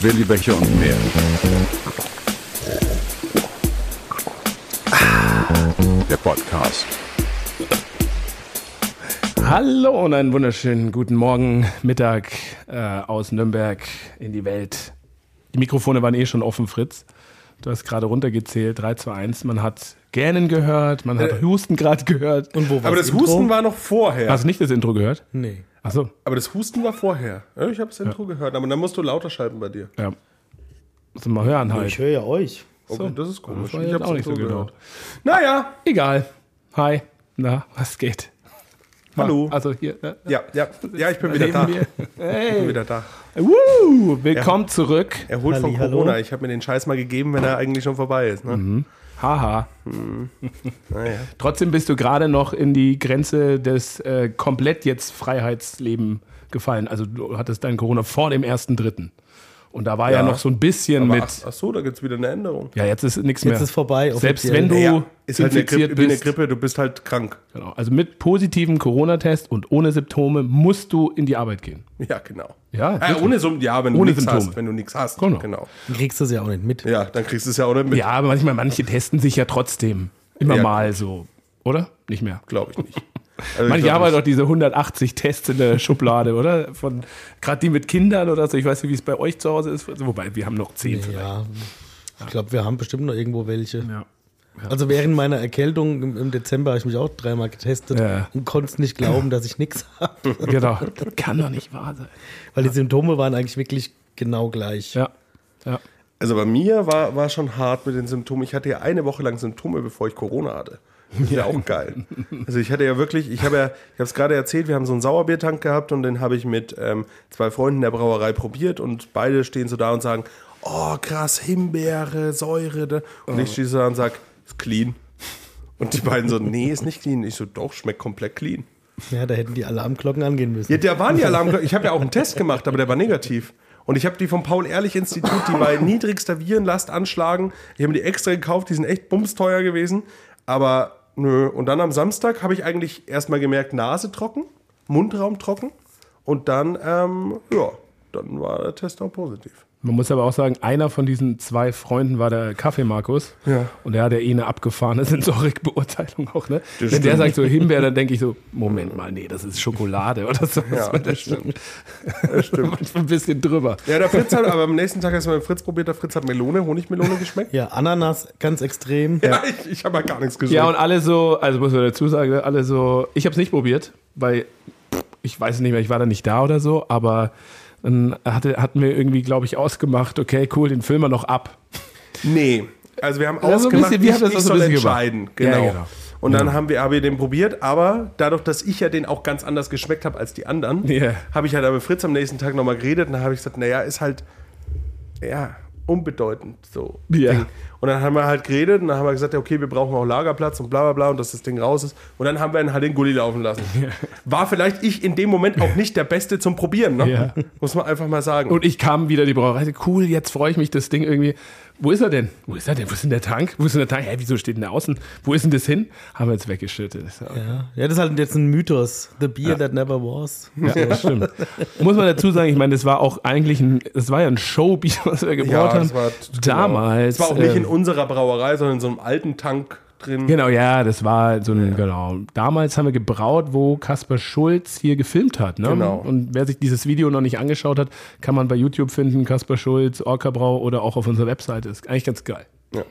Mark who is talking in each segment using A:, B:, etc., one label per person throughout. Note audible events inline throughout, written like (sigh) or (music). A: Willi Becher und mehr. Der Podcast.
B: Hallo und einen wunderschönen guten Morgen, Mittag äh, aus Nürnberg in die Welt. Die Mikrofone waren eh schon offen, Fritz. Du hast gerade runtergezählt, 3, 2, 1. Man hat Gähnen gehört, man hat Husten gerade gehört.
C: Und wo war
D: Aber das
C: Intro?
D: Husten war noch vorher.
B: Hast du nicht das Intro gehört?
C: Nee.
B: Achso,
D: Aber das Husten war vorher. Ja, Ich habe das Intro gehört, aber dann musst du lauter schalten bei dir.
B: ja. Musst du mal hören halt.
C: Ich höre ja euch.
D: Okay, das ist komisch.
B: Das war jetzt
D: hab's
B: auch nicht so
D: Intro
B: genau.
D: Naja,
B: Egal. Hi. Na, was geht?
D: hallo.
B: Also hier. Ne?
D: Ja, ja, ja, ich bin wieder
B: Neben
D: da.
B: mir.
D: Ich bin wieder da.
B: Woo, willkommen zurück.
D: Erholt von
C: Hallihallo.
D: Corona. Ich habe mir den Scheiß mal gegeben, wenn er eigentlich schon vorbei ist. Ne?
B: Mhm, Haha.
D: Hm. Naja.
B: (laughs) Trotzdem bist du gerade noch in die Grenze des äh, komplett jetzt Freiheitsleben gefallen. Also du hattest dein Corona vor dem 1.3. Und da war ja,
D: Ja.
B: noch so ein bisschen
D: Aber
B: mit.
D: ach, ach so, da gibt es wieder eine Änderung.
B: Ja, jetzt ist nichts mehr.
C: Jetzt ist vorbei.
B: Selbst
C: offiziell.
B: wenn du
D: Ja, ist halt eine
B: infiziert
D: Grippe, wie eine
B: bist.
D: Grippe, du bist halt krank.
B: Genau. Also mit positivem Corona-Test und ohne Symptome musst du in die Arbeit gehen.
D: Ja, genau.
B: Ja,
D: äh,
B: wirklich.
D: ohne, Sym- ja wenn,
B: Ohne
D: du nix
B: Symptome.
D: hast, wenn du nichts hast.
B: Genau.
D: genau.
C: Dann kriegst du es ja auch nicht mit.
D: Ja, dann kriegst du es ja auch nicht mit.
B: Ja, aber manchmal, manche testen sich ja trotzdem. Immer
D: Ja.
B: mal so. Oder? Nicht mehr.
D: Glaube
B: (laughs)
D: ich nicht. Also ich
B: Manche
D: glaub,
B: haben
D: das-
B: halt auch diese 180 Tests in der Schublade, oder? Von gerade die mit Kindern oder so. Ich weiß nicht, wie es bei euch zu Hause ist. Also, Wobei, wir haben noch zehn vielleicht.
C: Ja. Ich glaube, wir haben bestimmt noch irgendwo welche.
B: Ja.
C: Also während meiner Erkältung im, im Dezember habe ich mich auch dreimal getestet
B: Ja.
C: und konnte es nicht glauben, dass ich (laughs) nichts habe.
B: Genau. Das kann doch nicht wahr sein.
C: Weil die Symptome waren eigentlich wirklich genau gleich.
B: Ja. ja.
D: Also bei mir war, war schon hart mit den Symptomen. Ich hatte ja eine Woche lang Symptome, bevor ich Corona hatte. Das ist ja auch geil. Also ich hatte ja wirklich, ich habe ja, ich habe es gerade erzählt, wir haben so einen Sauerbiertank gehabt und den habe ich mit ähm, zwei Freunden der Brauerei probiert und beide stehen so da und sagen, oh krass, Himbeere, Säure. da." Und ich stehe so da und sage, ist clean. Und die beiden so, nee, ist nicht clean. Ich so, doch, schmeckt komplett clean.
C: Ja, da hätten die Alarmglocken angehen müssen.
D: Ja, da waren die Alarmglocken. Ich habe ja auch einen Test gemacht, aber der war negativ. Und ich habe die vom Paul-Ehrlich-Institut, die bei niedrigster Virenlast anschlagen. Ich habe mir die extra gekauft, die sind echt bumsteuer gewesen. Aber nö. Und dann am Samstag habe ich eigentlich erstmal gemerkt, Nase trocken, Mundraum trocken. Und dann, ähm, ja, dann war der Test auch positiv.
B: Man muss aber auch sagen, einer von diesen zwei Freunden war der Kaffee Markus.
D: Ja.
B: Und der hat ja eh eine abgefahrene Sensorikbeurteilung auch, ne? Wenn
D: stimmt.
B: der sagt so Himbeer, dann denke ich so, Moment mal, nee, das ist Schokolade
D: (laughs)
B: oder so.
D: Ja, das stimmt. Das
B: (laughs)
D: stimmt.
B: Manchmal ein bisschen drüber.
D: Ja, der Fritz hat, aber am nächsten Tag hast du mit Fritz probiert, der Fritz hat Melone, Honigmelone geschmeckt.
C: Ja, Ananas ganz extrem.
D: Ja, (laughs) ich, ich habe ja gar nichts geschmeckt.
B: Ja, und alle so, also muss man dazu sagen, ne, alle so, ich habe es nicht probiert, weil pff, ich weiß nicht mehr, ich war da nicht da oder so, aber dann hatte, hatten wir irgendwie, glaube ich, ausgemacht, okay, cool, den filmen wir noch ab.
D: Nee. Also wir haben
B: Also ein
D: ausgemacht,
B: bisschen- wir
D: ich,
B: haben das
D: ich
B: auch so ein
D: soll
B: bisschen gemacht.
D: entscheiden. Genau.
B: Ja, genau.
D: Und dann haben wir aber den probiert, aber dadurch, dass ich ja den auch ganz anders geschmeckt habe als die anderen,
B: Ja.
D: habe ich halt aber mit Fritz am nächsten Tag nochmal geredet und dann habe ich gesagt, naja, ist halt, ja, unbedeutend so.
B: Ja.
D: Ding. Und dann haben wir halt geredet und dann haben wir gesagt, ja, okay, wir brauchen auch Lagerplatz und bla bla bla und dass das Ding raus ist. Und dann haben wir ihn halt den Gulli laufen lassen. War vielleicht ich in dem Moment auch nicht der Beste zum Probieren, ne?
B: Ja.
D: Muss man einfach mal sagen.
B: Und ich kam wieder die Brauerei, so, cool, jetzt freue ich mich, das Ding irgendwie. Wo ist er denn? Wo ist er denn? Wo ist denn der Tank? Wo ist denn der Tank? Hä, wieso steht denn der außen? Wo ist denn das hin? Haben wir jetzt weggeschüttet. Ich so, okay.
C: Ja. ja, das ist halt jetzt ein Mythos. The beer that never was.
B: Ja, das
D: (laughs)
B: stimmt. Muss man dazu sagen, ich meine, das war auch eigentlich ein, das war ja ein Showbier, was wir gebaut haben.
D: das war genau.
B: damals.
D: Es war auch nicht in
B: ähm,
D: unserer Brauerei, sondern in so einem alten Tank drin.
B: Genau, ja, das war so ein, genau. Damals haben wir gebraut, wo Kasper Schulz hier gefilmt hat. Ne?
D: Genau.
B: Und wer sich dieses Video noch nicht angeschaut hat, kann man bei YouTube finden, Kasper Schulz, Orca Brau oder auch auf unserer Webseite. Ist eigentlich ganz geil.
D: Ja.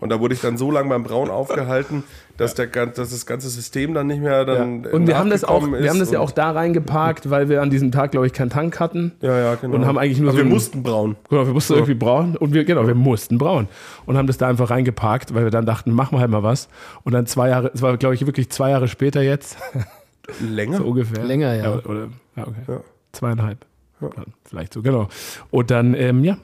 D: Und da wurde ich dann so lange beim Brauen aufgehalten, dass, der, gan- dass das ganze System dann nicht mehr dann.
B: Und wir haben das auch,
D: nachgekommen
B: wir haben das
D: ist
B: ja auch
D: und-
B: da reingeparkt, weil wir an diesem Tag, glaube ich, keinen Tank hatten.
D: Ja, ja, genau.
B: Und haben eigentlich nur
D: Aber
B: so
D: wir
B: ein-
D: mussten brauen.
B: Genau, wir mussten irgendwie brauen und wir, genau, wir mussten brauen und haben das da einfach reingeparkt, weil wir dann dachten, machen wir halt mal was. Und dann zwei Jahre, es war, glaube ich, wirklich zwei Jahre später jetzt,
D: Länger?
B: so ungefähr.
C: Länger, ja.
B: oder, ja, okay.
D: Ja.
B: Zweieinhalb. Dann Vielleicht so, genau. Und dann, ähm, ja,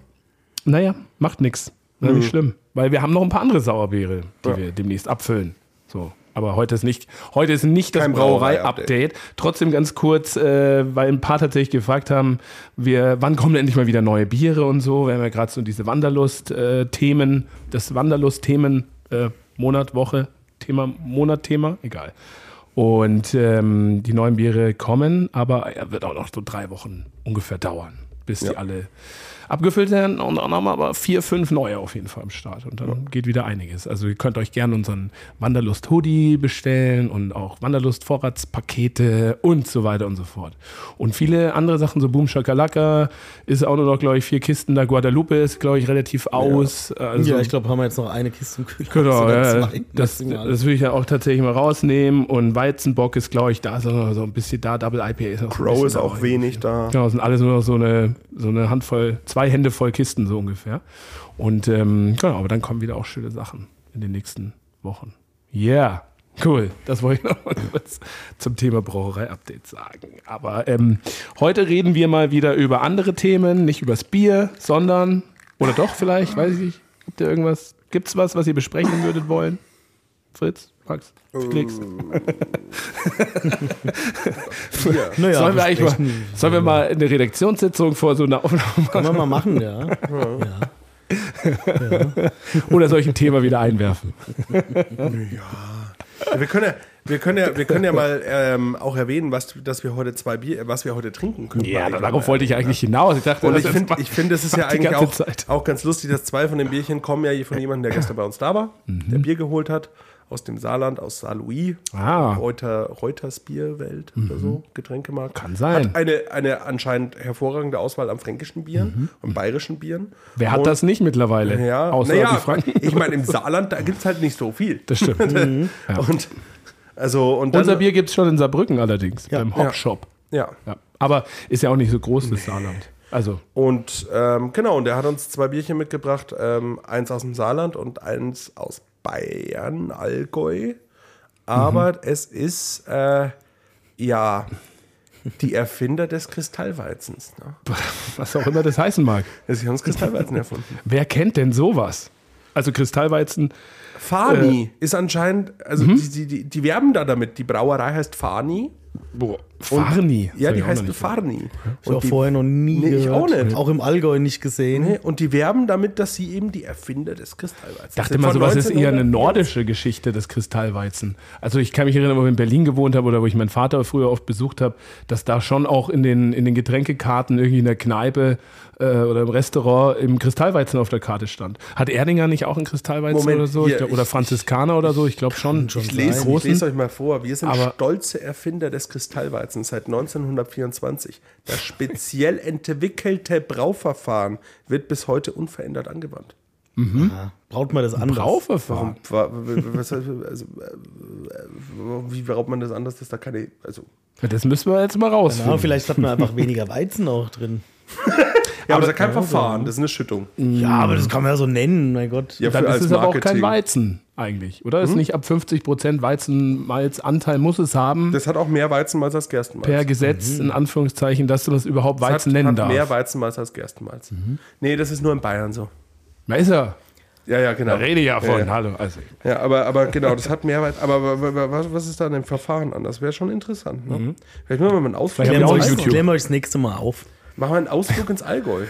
B: naja, macht nichts. Nicht schlimm. Weil wir haben noch ein paar andere Sauerbeere, die wir demnächst abfüllen. So. Aber heute ist nicht, heute ist nicht das
D: Kein
B: Brauerei-Update. Trotzdem ganz kurz, äh, weil ein paar tatsächlich gefragt haben, wir, wann kommen denn endlich mal wieder neue Biere und so? Wir haben ja gerade so diese Wanderlust-Themen, das Wanderlust-Themen äh, Monat, Woche, Thema, Monatthema, egal. Und ähm, die neuen Biere kommen, aber er wird auch noch so drei Wochen ungefähr dauern, bis die alle abgefüllt sind. Und dann haben wir aber vier, fünf neue auf jeden Fall am Start. Und dann geht wieder einiges. Also ihr könnt euch gerne unseren Wanderlust-Hoodie bestellen und auch Wanderlust-Vorratspakete und so weiter und so fort. Und viele andere Sachen, so Boom Shakalaka ist auch nur noch, glaube ich, vier Kisten. Da Guadalupe ist, glaube ich, relativ aus. Also
C: ja, ich glaube, haben wir jetzt noch eine Kiste im Kühlschrank.
B: Genau,
C: oder
B: ja,
C: zwei
B: das,
C: maximal.
B: das will ich dann auch tatsächlich mal rausnehmen. Und Weizenbock ist, glaube ich, da ist auch noch so ein bisschen da. Double IPA ist auch so ein
D: Crow
B: bisschen
D: ist auch
B: dabei.
D: wenig da.
B: Genau, sind alles nur noch so eine, so eine Handvoll, zwei Hände voll Kisten so ungefähr. Und ähm, genau, aber dann kommen wieder auch schöne Sachen in den nächsten Wochen. Yeah, cool. Das wollte ich noch mal kurz zum Thema Brauerei-Update sagen. Aber ähm, heute reden wir mal wieder über andere Themen, nicht übers Bier, sondern, oder doch vielleicht, weiß ich nicht, gibt ihr irgendwas, gibt es was, was ihr besprechen würdet wollen? Fritz, Max, Felix?
C: Naja,
B: sollen, wir eigentlich mal,
C: besprechen.
B: sollen wir mal eine Redaktionssitzung vor so einer Aufnahme machen?
C: Können wir mal machen, ja.
B: oder solch ein Thema wieder einwerfen.
D: Wir können ja, wir können ja, wir
B: (laughs)
D: können ja mal ähm, auch erwähnen, was, dass wir heute zwei Bier, was wir heute trinken können.
B: (laughs) äh, Ja,
D: Weil-
B: darauf wollte ich eigentlich hinaus. Ich dachte,
D: Und
B: das
D: ich
B: ist-
D: finde, ich finde,
B: (laughs)
D: das ist ja
B: die
D: eigentlich
B: ganze
D: auch,
B: Zeit.
D: auch ganz lustig, dass zwei von den Bierchen kommen ja von jemandem, der gestern bei uns da war,
B: Mhm.
D: der Bier geholt hat, aus dem Saarland, aus Saarlouis,
B: Ah. Mhm.
D: Reuter, Reuters Bierwelt oder so, Getränkemarkt.
B: Kann sein.
D: Hat eine, eine anscheinend hervorragende Auswahl an fränkischen Bieren und bayerischen Bieren.
B: Mhm. Wer hat
D: und,
B: das nicht mittlerweile?
D: Ja,
B: Außer
D: naja,
B: die Franken.
D: ich meine, im Saarland, da gibt es halt nicht so viel.
B: Das
D: (laughs)
B: stimmt. Mhm.
D: Und, also, und
B: (laughs)
D: dann,
B: Unser Bier gibt es schon in Saarbrücken allerdings, beim
D: Ja.
B: Hopshop.
D: Ja.
B: Ja. Aber ist ja auch nicht so groß, das Saarland. Also,
D: Und ähm, genau, und der hat uns zwei Bierchen mitgebracht. Ähm, eins aus dem Saarland und eins aus Bayern, Allgäu. Aber
B: Mhm.
D: es ist, äh, ja, die Erfinder des Kristallweizens. Ne?
B: was auch immer das heißen mag.
D: Sie haben
B: (laughs)
D: das Kristallweizen erfunden.
B: Wer kennt denn sowas? Also Kristallweizen,
D: Fani
B: Äh.
D: ist anscheinend, also
B: Mhm.
D: die, die, die, die werben da damit. Die Brauerei heißt Fani.
B: boah, Farni.
D: Ja,
B: Hab ich auch
D: die
B: noch
D: heißt
B: nicht
D: Farni.
C: Ich auch
D: die,
C: vorher noch nie
D: Nee,
C: gehört.
D: ich auch nicht.
C: Auch im Allgäu nicht gesehen.
D: nee, und die werben damit, dass sie eben die Erfinder des Kristallweizens
B: dachte
D: sind.
B: mal,
D: Von
B: sowas ist eher eine
D: 1900
B: nordische Geschichte, das Kristallweizen. Also ich kann mich erinnern, wo ich in Berlin gewohnt habe oder wo ich meinen Vater früher oft besucht habe, dass da schon auch in den, in den Getränkekarten irgendwie in der Kneipe äh, oder im Restaurant im Kristallweizen auf der Karte stand. Hat Erdinger nicht auch einen Kristallweizen
D: Moment,
B: oder so?
D: hier,
B: ich glaub, oder
D: ich-
B: Franziskaner oder so? Ich glaube schon.
D: Ich lese, ich
B: großen.
D: lese euch mal vor, wir sind
B: Aber-
D: stolze Erfinder des Kristallweizens seit 1924. Das speziell (laughs) entwickelte Brauverfahren wird bis heute unverändert angewandt.
B: hm?
C: Ja. Braut mal das anders.
B: Brauverfahren.
D: Wa- w- w- Was, also, äh, wie braucht man das anders, dass da keine. Also,
B: Ja, Das müssen wir jetzt mal
C: Ja,
B: rausfinden.
C: vielleicht hat man einfach weniger Weizen auch drin.
D: ja, aber das ist ja kein Verfahren, das ist eine Schüttung.
B: Hm.
C: Ja, aber das kann man ja so nennen, mein Gott.
D: Ja,
B: Dann
D: für-
B: ist
D: als
B: es aber auch kein
D: Marketing. Hm?
B: Weizen eigentlich, oder? Ist nicht ab 50% Weizenmalzanteil muss es haben.
D: Das hat auch mehr Weizenmalz als Gerstenmalz.
B: per Gesetz, in Anführungszeichen, dass du das überhaupt
D: Das
B: Weizen
D: hat,
B: nennen
D: hat mehr
B: darfst.
D: Weizenmalz als Gerstenmalz.
B: Mhm.
D: Nee, das ist nur in Bayern so.
B: Na ist er.
D: Ja, ja, genau.
B: Da rede ich ja von.
D: Ja, ja.
B: Hallo. Also,
D: Ja, aber, aber genau, das hat Mehrwert. Aber wa- wa- wa- was, was ist da an dem Verfahren an? Das wäre schon interessant. Ne? Vielleicht machen wir mal einen Ausflug.
B: Mhm. Vielleicht
C: Klären
B: haben
C: wir
B: auch
C: euch,
B: YouTube.
C: klären wir euch das nächste Mal auf.
D: Machen wir einen Ausflug ins Allgäu.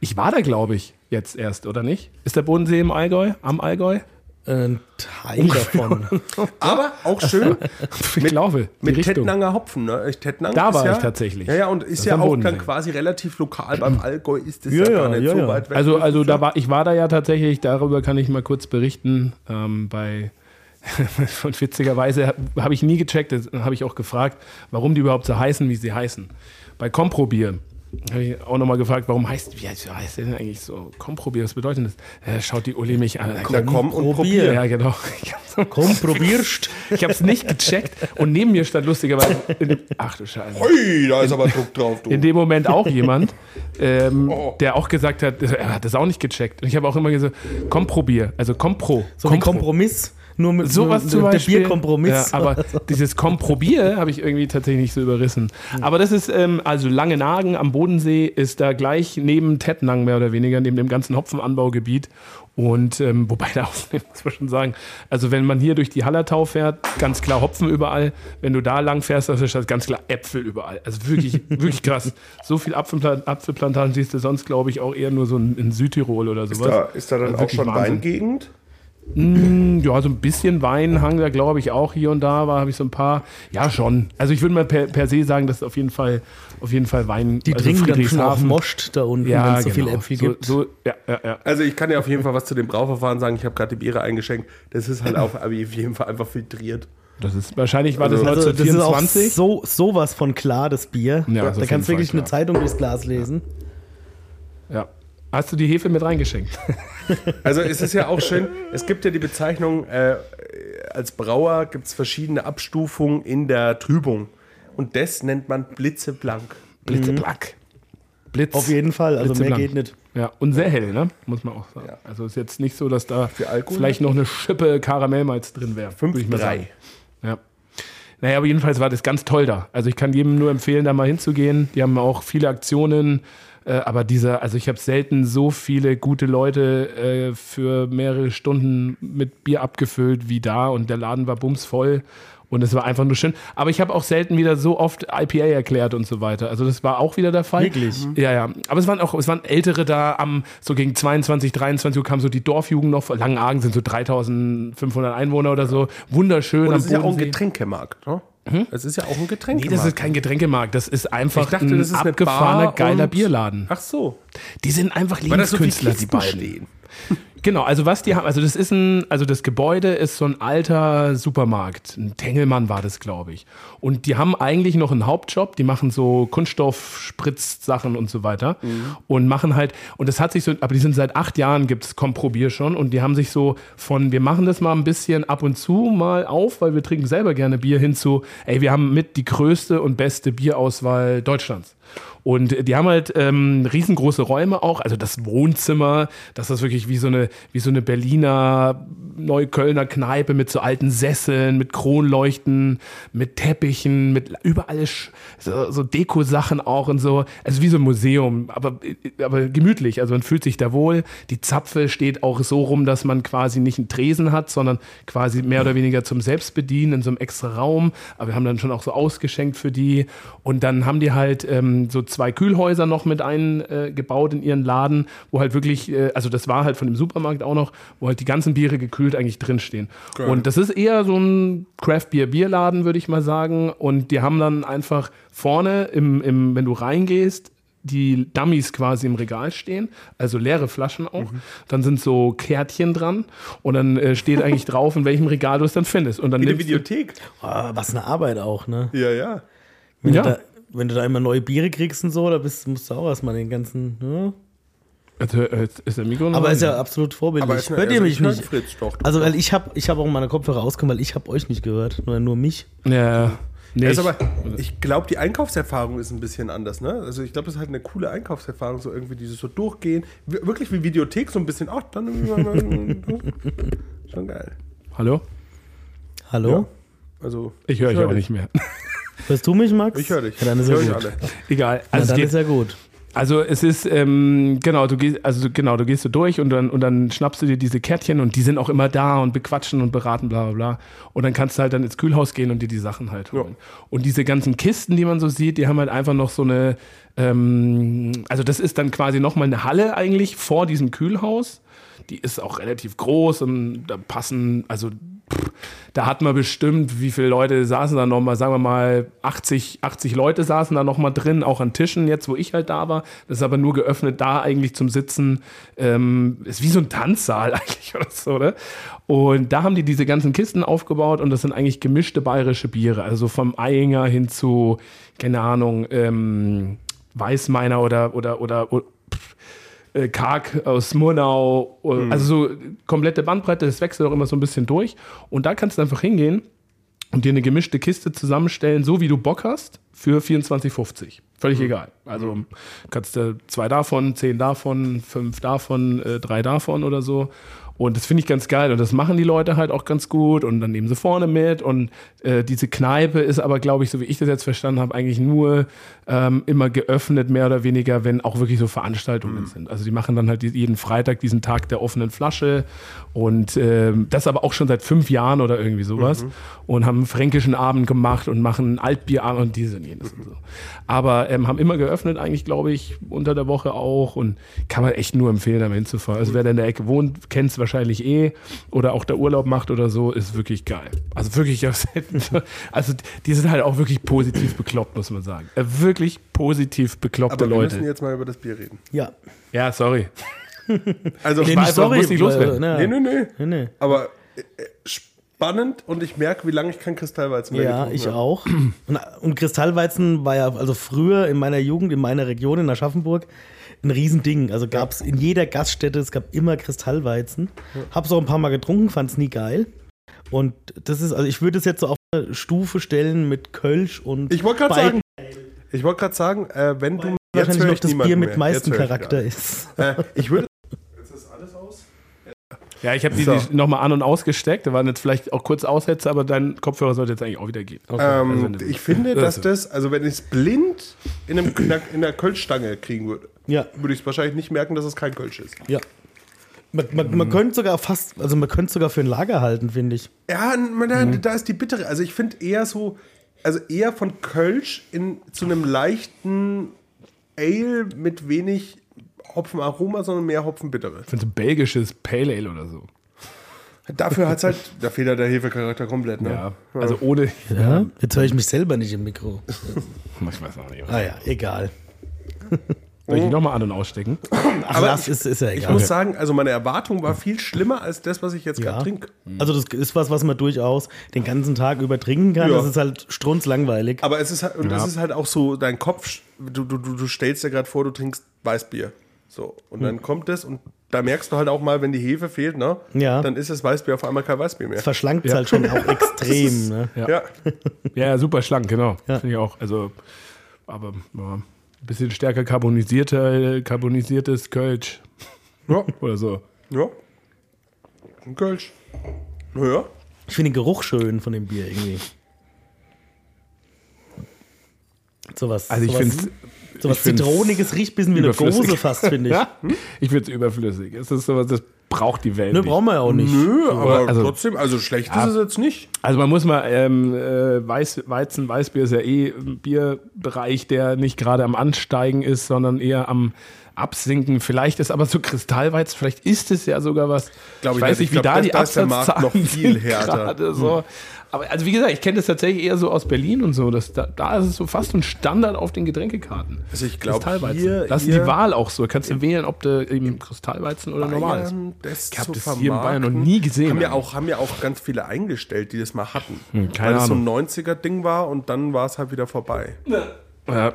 B: ich war da, glaube ich, jetzt erst, oder nicht? Ist der Bodensee im Allgäu? Am Allgäu?
C: Ein Teil
B: Oh,
C: davon.
D: (laughs) Aber auch schön
B: Ich glaube. die
D: mit
B: Richtung.
D: Tettnanger Hopfen. Ne? Ich- Tettnang
B: Da
D: ist
B: war
D: ja,
B: ich tatsächlich.
D: Ja, ja, und ist
B: Das
D: ja
B: am
D: auch
B: Bodensee. Mhm.
D: dann quasi relativ lokal. Beim Allgäu ist es ja,
C: Ja,
D: gar
C: ja,
D: nicht
C: ja,
D: so
C: ja.
D: weit weg.
B: Also, also da war, ich war da ja tatsächlich, darüber kann ich mal kurz berichten. Ähm, bei (laughs) und witzigerweise habe hab ich nie gecheckt, das habe ich auch gefragt, warum die überhaupt so heißen, wie sie heißen. Bei Komprobier habe ich auch nochmal gefragt, warum heißt, wie heißt, wie heißt der denn eigentlich so Komprobier? Was bedeutet das? Äh, schaut die Uli mich an.
D: da komm und probier.
B: Ja, genau. (laughs) Ich habe
C: Komm, probierst.
B: es nicht gecheckt und neben mir stand lustigerweise. In dem, ach du Scheiße.
D: Ui, da ist aber Druck drauf, du.
B: In dem Moment auch jemand, ähm,
D: Oh.
B: der auch gesagt hat, er hat das auch nicht gecheckt. Und ich habe auch immer gesagt, komm probier, also komm pro.
C: So ein Kompromiss. Nur mit,
B: Sowas
C: nur
B: zum
C: mit
B: Beispiel.
C: der Bierkompromiss.
B: Ja,
C: (laughs)
B: aber dieses Komprobier habe ich irgendwie tatsächlich nicht so überrissen.
C: Hm.
B: Aber das ist, ähm, also Langenagen am Bodensee ist da gleich neben Tettnang mehr oder weniger, neben dem ganzen Hopfenanbaugebiet. Und ähm, wobei (laughs) da auch, muss man schon sagen, also wenn man hier durch die Hallertau fährt, ganz klar Hopfen überall. Wenn du da lang fährst, das ist das ganz klar Äpfel überall. Also
C: (laughs)
B: wirklich, wirklich krass. So viel Apfelplan Apfelplantagen siehst du sonst, glaube ich, auch eher nur so in, in Südtirol oder sowas.
D: da, ist da dann
B: Also
D: auch
B: wirklich
D: schon
B: Wahnsinn.
D: Weingegend?
B: Mm, ja, so ein bisschen Wein hang da, glaube ich, auch hier und da war, habe ich so ein paar. Ja, schon. Also ich würde mal per, per se sagen, dass auf jeden Fall, auf jeden Fall Wein.
C: Die
B: also
C: trinken dann schon auch
B: Friedrichshafen-
C: Moscht da unten,
B: Ja,
C: wenn es so
B: genau.
C: viele Äpfel
B: so,
C: gibt.
B: So, ja, ja, ja.
D: Also ich kann dir auf jeden Fall was zu dem Brauverfahren sagen. Ich habe gerade die Biere eingeschenkt. Das ist halt auf, auf jeden Fall einfach filtriert.
B: Das ist wahrscheinlich war das
C: Also das ist auch
B: 1924.
C: so, sowas von klar, das Bier.
B: Ja, das ist
C: da
B: auf jeden
C: kannst du
B: Fall
C: wirklich eine
B: klar.
C: Zeitung durchs Glas lesen.
B: ja. Hast du die Hefe mit
C: (laughs)
B: reingeschenkt?
D: Also es ist ja auch schön, es gibt ja die Bezeichnung, äh, als Brauer gibt es verschiedene Abstufungen in der Trübung. Und das nennt man blitzeblank.
B: Blitzeblack. Blitz.
C: Auf jeden Fall, also mehr
B: Blitzeblank.
C: geht nicht.
B: Ja, und sehr hell, ne? Muss man auch sagen. Also ist jetzt nicht so, dass da
D: Alkohol?
B: vielleicht noch eine Schippe Karamellmalz drin wäre. würde ich mal
D: 5,3.
B: sagen. Ja. Naja, aber jedenfalls war das ganz toll da. Also ich kann jedem nur empfehlen, da mal hinzugehen. Die haben auch viele Aktionen. Äh, aber dieser, also ich habe selten so viele gute Leute äh, für mehrere Stunden mit Bier abgefüllt wie da. Und der Laden war bumsvoll. Und es war einfach nur schön. Aber ich habe auch selten wieder so oft IPA erklärt und so weiter. Also das war auch wieder der Fall. Mhm.
C: Wirklich?
B: Ja, ja. Aber es waren auch, es waren Ältere da am, so gegen 22, 23 Uhr kam so die Dorfjugend noch. Langenargen sind so 3500 Einwohner oder so. Wunderschön.
D: Und
B: am
D: es ist ja auch ein
B: Bodensee.
D: Getränkemarkt, ne? Es ist ja auch ein Getränkemarkt.
B: Hm? Nee, das ist kein Getränkemarkt. Das ist einfach
D: Ich dachte,
B: ein
D: das ist eine
B: abgefahrener,
D: Bar
B: geiler
D: und-
B: Bierladen.
D: Ach so.
B: Die sind einfach Lebenskünstler, die beiden. Genau, also was die haben, also das ist ein, also das Gebäude ist so ein alter Supermarkt. Ein Tengelmann war das, glaube ich. Und die haben eigentlich noch einen Hauptjob, die machen so Kunststoffspritzsachen und so weiter. Und machen halt, und das hat sich so, aber die sind seit acht Jahren gibt's Komprobier schon und die haben sich so von, wir machen das mal ein bisschen ab und zu mal auf, weil wir trinken selber gerne Bier hinzu, ey, wir haben mit die größte und beste Bierauswahl Deutschlands. Und die haben halt ähm, riesengroße Räume auch, also das Wohnzimmer, das ist wirklich wie so eine, wie so eine Berliner Neuköllner Kneipe mit so alten Sesseln, mit Kronleuchten, mit Teppichen, mit überall Sch- so, so Deko-Sachen auch und so. Also wie so ein Museum, aber, aber gemütlich. Also man fühlt sich da wohl. Die Zapfe steht auch so rum, dass man quasi nicht einen Tresen hat, sondern quasi mehr oder weniger zum Selbstbedienen in so einem extra Raum. Aber wir haben dann schon auch so ausgeschenkt für die. Und dann haben die halt ähm, so zwei Kühlhäuser noch mit eingebaut äh, in ihren Laden, wo halt wirklich, äh, also das war halt von dem Supermarkt auch noch, wo halt die ganzen Biere gekühlt eigentlich drinstehen. Und das ist eher so ein Craft-Bier-Bierladen, würde ich mal sagen. Und die haben dann einfach vorne, im, im, wenn du reingehst, die Dummies quasi im Regal stehen, also leere Flaschen auch. Dann sind so Kärtchen dran und dann äh, steht eigentlich drauf, in welchem Regal du es dann findest. Und dann
D: In der
B: nimmst du-
D: Videothek.
C: Ah, was eine Arbeit auch, ne?
D: Ja, ja.
C: Wenn,
B: Ja.
C: du da, wenn du da immer neue Biere kriegst und so, da bist, musst du auch erstmal den ganzen. Ne?
B: Also, äh, jetzt ist der Mikro noch
C: Aber
B: an?
C: ist ja absolut vorbildlich.
D: ist eine-
C: Hört ihr
D: also
C: mich
D: ich höre
C: nicht?
D: Fritz doch.
C: Also, weil ich habe ich hab auch meine Kopfhörer rausgemacht, weil ich habe euch nicht gehört, nur, nur mich.
B: Ja. Also Nee,
D: Ja,
B: ich-
D: ist aber, ich glaube, die Einkaufserfahrung ist ein bisschen anders, ne? Also ich glaube, das ist halt eine coole Einkaufserfahrung, so irgendwie dieses so durchgehen. Wir- Wirklich wie Videothek, so ein bisschen, ach, dann
B: (laughs)
D: schon geil.
B: Hallo?
C: Hallo?
D: Also,
B: Ich höre euch auch
D: dich.
B: nicht mehr. (laughs)
C: Hörst du mich, Max?
D: Ich höre dich.
C: Ja, dann ist
D: ich
C: ja
D: höre dich
C: gut.
D: alle.
B: Egal.
C: Na,
B: Also,
C: dann
B: es
C: ist
B: geht,
C: ja gut.
B: also es ist, ähm, genau, du gehst, also genau, du gehst so durch und dann und dann schnappst du dir diese Kärtchen und die sind auch immer da und bequatschen und beraten, bla bla bla. Und dann kannst du halt dann ins Kühlhaus gehen und dir die Sachen halt holen. Und diese ganzen Kisten, die man so sieht, die haben halt einfach noch so eine, ähm, also das ist dann quasi nochmal eine Halle eigentlich vor diesem Kühlhaus. Die ist auch relativ groß und da passen, also da hat man bestimmt, wie viele Leute saßen da nochmal, sagen wir mal, 80, 80 Leute saßen da nochmal drin, auch an Tischen jetzt, wo ich halt da war. Das ist aber nur geöffnet da eigentlich zum Sitzen. Ähm, ist wie so ein Tanzsaal (laughs) eigentlich oder so, oder? Und da haben die diese ganzen Kisten aufgebaut und das sind eigentlich gemischte bayerische Biere. Also vom Eyinger hin zu, keine Ahnung, ähm, Weißmeiner oder, oder, oder, oder äh, Karg aus Murnau, äh, also so komplette Bandbreite, das wechselt auch immer so ein bisschen durch. Und da kannst du einfach hingehen und dir eine gemischte Kiste zusammenstellen, so wie du Bock hast, für 24,50. Völlig egal. Also kannst du zwei davon, zehn davon, fünf davon, äh, drei davon oder so. Und das finde ich ganz geil. Und das machen die Leute halt auch ganz gut. Und dann nehmen sie vorne mit. Und äh, diese Kneipe ist aber, glaube ich, so wie ich das jetzt verstanden habe, eigentlich nur ähm, immer geöffnet, mehr oder weniger, wenn auch wirklich so Veranstaltungen sind. Also die machen dann halt die- jeden Freitag diesen Tag der offenen Flasche. Und ähm, das aber auch schon seit fünf Jahren oder irgendwie sowas.
D: Mhm.
B: Und haben einen fränkischen Abend gemacht und machen Altbierabend und dies und jenes und so. Aber ähm, haben immer geöffnet, eigentlich, glaube ich, unter der Woche auch. Und kann man echt nur empfehlen, da mal hinzufahren. Also wer da in der Ecke wohnt, kennt es wahrscheinlich eh oder auch der Urlaub macht oder so, ist wirklich geil. Also wirklich, also die sind halt auch wirklich positiv bekloppt, muss man sagen. Äh, wirklich positiv bekloppte
D: Aber wir
B: Leute.
D: müssen jetzt mal über das Bier reden.
C: Ja.
B: Ja, sorry.
D: Also,
B: Nee,
D: war-
B: nicht muss ich loswerden.
D: nee,
C: ne,
D: nee, nee.
C: nee, nee.
D: Aber äh, äh, spannend und ich merke, wie lange ich kein Kristallweizen mehr
C: Ja,
D: getrunken
C: ich
D: habe.
C: auch. Und, und Kristallweizen war ja, also früher in meiner Jugend, in meiner Region, in Aschaffenburg, ein Riesending. Also gab es in jeder Gaststätte, es gab immer Kristallweizen. Hab's auch ein paar Mal getrunken, fand's nie geil. Und das ist, also ich würde es jetzt so auf eine Stufe stellen mit Kölsch und
D: Ich wollte gerade
C: Bei-
D: sagen, ich wollte gerade sagen, äh, wenn du
C: wahrscheinlich
D: höre
C: noch
D: ich
C: das
D: niemanden
C: Bier mit
D: mehr.
C: meisten
D: Jetzt höre ich
C: Charakter ist.
D: gerade. Äh, ich würde
B: Ja, ich habe die,
D: So.
B: die nochmal an und ausgesteckt. Da waren jetzt vielleicht auch kurz Aussätze, aber dein Kopfhörer sollte jetzt eigentlich auch wieder gehen.
D: ähm,
B: Also,
D: ich finde, dass
B: also.
D: das, also wenn ich es blind in, einem, Knack- in einer Kölschstange kriegen würde,
C: Ja.
D: würde ich es wahrscheinlich nicht merken, dass es kein Kölsch ist.
C: Ja. Man, man,
D: Hm.
C: man könnte sogar fast, also man könnte sogar für ein Lager halten, finde ich.
D: Ja, man,
C: Mhm.
D: da ist die bittere. Also ich finde eher so, also eher von Kölsch in, zu einem leichten Ale mit wenig Hopfenaroma, sondern mehr Hopfenbittere.
B: Ich finde so belgisches Pale Ale oder so.
D: Dafür hat's halt, (laughs) da fehlt halt der Hefecharakter komplett, ne?
B: Ja. Also ohne. (laughs)
C: Ja. Jetzt höre ich mich selber nicht im Mikro.
B: Ich weiß auch nicht.
C: Ah ja, egal.
B: Soll ich
C: Mhm.
B: die nochmal an und ausstecken?
C: Ach,
D: Aber
C: Also das ist, ist ja egal.
D: Ich muss sagen, also meine Erwartung war viel schlimmer als das, was ich jetzt
C: Ja.
D: gerade trinke.
C: Also das ist was, was man durchaus den ganzen Tag über trinken kann.
D: Ja.
C: Das ist halt strunzlangweilig.
D: Aber es ist halt, und das ist halt auch so, dein Kopf, du, du, du du stellst dir gerade vor, du trinkst Weißbier. So. Und
C: Hm.
D: dann kommt das und da merkst du halt auch mal, wenn die Hefe fehlt, ne?
C: Ja.
D: Dann ist das Weißbier auf einmal kein Weißbier mehr.
C: Das verschlankt es halt schon auch extrem. Ne?
B: Ja.
D: Ja.
B: Ja, ja, super schlank, genau.
C: Ja.
B: Finde ich auch. Also, aber ja, ein bisschen stärker karbonisierter, karbonisiertes Kölsch
D: Ja.
B: oder so.
D: ja. Ein Kölsch. Naja.
C: Ich finde den Geruch schön von dem Bier irgendwie. Sowas.
B: Also ich
C: sowas-
B: finde
C: sowas
B: ich find's
C: Zitroniges riecht ein bisschen wie eine
B: überflüssig.
C: Gose
B: (laughs)
C: fast, finde ich.
B: ich finde es überflüssig. Es ist sowas, das braucht die Welt
C: Ne,
B: nicht.
C: brauchen wir ja auch nicht.
D: Nö, aber
B: also-
D: trotzdem, also schlecht ist es jetzt nicht.
B: Also man muss mal, ähm, äh, Weiß, Weizen, Weißbier ist ja eh ein Bierbereich, der nicht gerade am Ansteigen ist, sondern eher am Absinken. Vielleicht ist aber so Kristallweizen, vielleicht ist es ja sogar was.
D: Glaub ich
B: ich weiß
D: nicht.
B: nicht,
D: Ich
B: wie
D: glaub,
B: da
D: das-
B: die
D: da ist der Markt
B: Absatzzahlen
D: noch viel
B: sind
D: härter. Hm.
B: gerade So. Aber also wie gesagt, ich kenne das tatsächlich eher so aus Berlin und so. Dass da, da ist es so fast ein Standard auf den Getränkekarten.
D: Also ich glaub,
B: Kristallweizen.
D: hier-
B: das ist
D: hier-
B: die Wahl auch so. Kannst du wählen, ob du eben Kristallweizen oder normal ist.
D: Bayern, ähm, das
B: Ich hab
D: zu
B: das hier in Bayern noch
D: vermarkten.
B: nie gesehen,
D: Haben ja,
B: eigentlich.
D: auch, haben ja auch ganz viele eingestellt, die das mal hatten.
B: keine
D: weil es so ein
B: Ahnung.
D: 90er-Ding war und dann war es halt wieder vorbei.
B: Ja,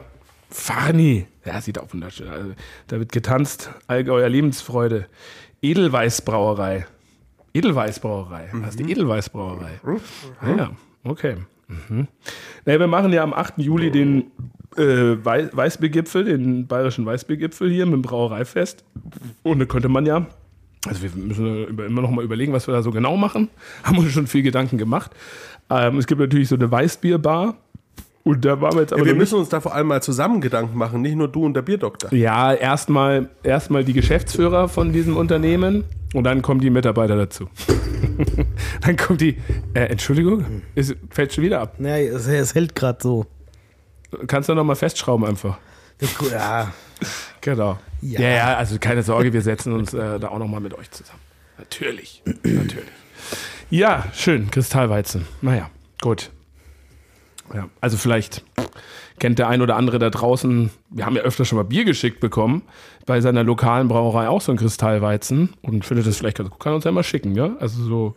B: Farni. Ja, sieht auch wunderschön aus. Also, Da wird getanzt. Allgäuer Lebensfreude. Edelweißbrauerei. Edelweißbrauerei. Hast du Edelweißbrauerei? Ah Ja, ja, okay. Mhm. Naja, wir machen ja am 8. Juli den äh, Wei- Weißbiergipfel, den bayerischen Weißbiergipfel hier mit dem Brauereifest. Und da könnte man ja, also wir müssen über- immer noch mal überlegen, was wir da so genau machen. (laughs) Haben uns schon viel Gedanken gemacht. Ähm, es gibt natürlich so eine Weißbierbar. Und da waren wir jetzt aber
D: Ja,
B: noch
D: wir
B: nicht
D: müssen uns da vor allem mal zusammen Gedanken machen, nicht nur du und der Bierdoktor.
B: Ja, erstmal erstmal die Geschäftsführer von diesem Unternehmen und dann kommen die Mitarbeiter dazu. (laughs) dann kommt die äh, Entschuldigung, ist, fällt schon wieder ab.
C: Ja, es, es hält gerade so.
B: Kannst du noch mal festschrauben einfach.
C: Das, ja.
B: Genau.
C: Ja.
B: Ja, ja, also keine Sorge, wir setzen uns äh, da auch noch mal mit euch zusammen. Natürlich, natürlich. Ja, schön, Kristallweizen. Naja, gut. Ja, also vielleicht kennt der ein oder andere da draußen, wir haben ja öfter schon mal Bier geschickt bekommen, bei seiner lokalen Brauerei auch so ein Kristallweizen und findet das vielleicht ganz gut, kann uns ja mal schicken, ja? Also so,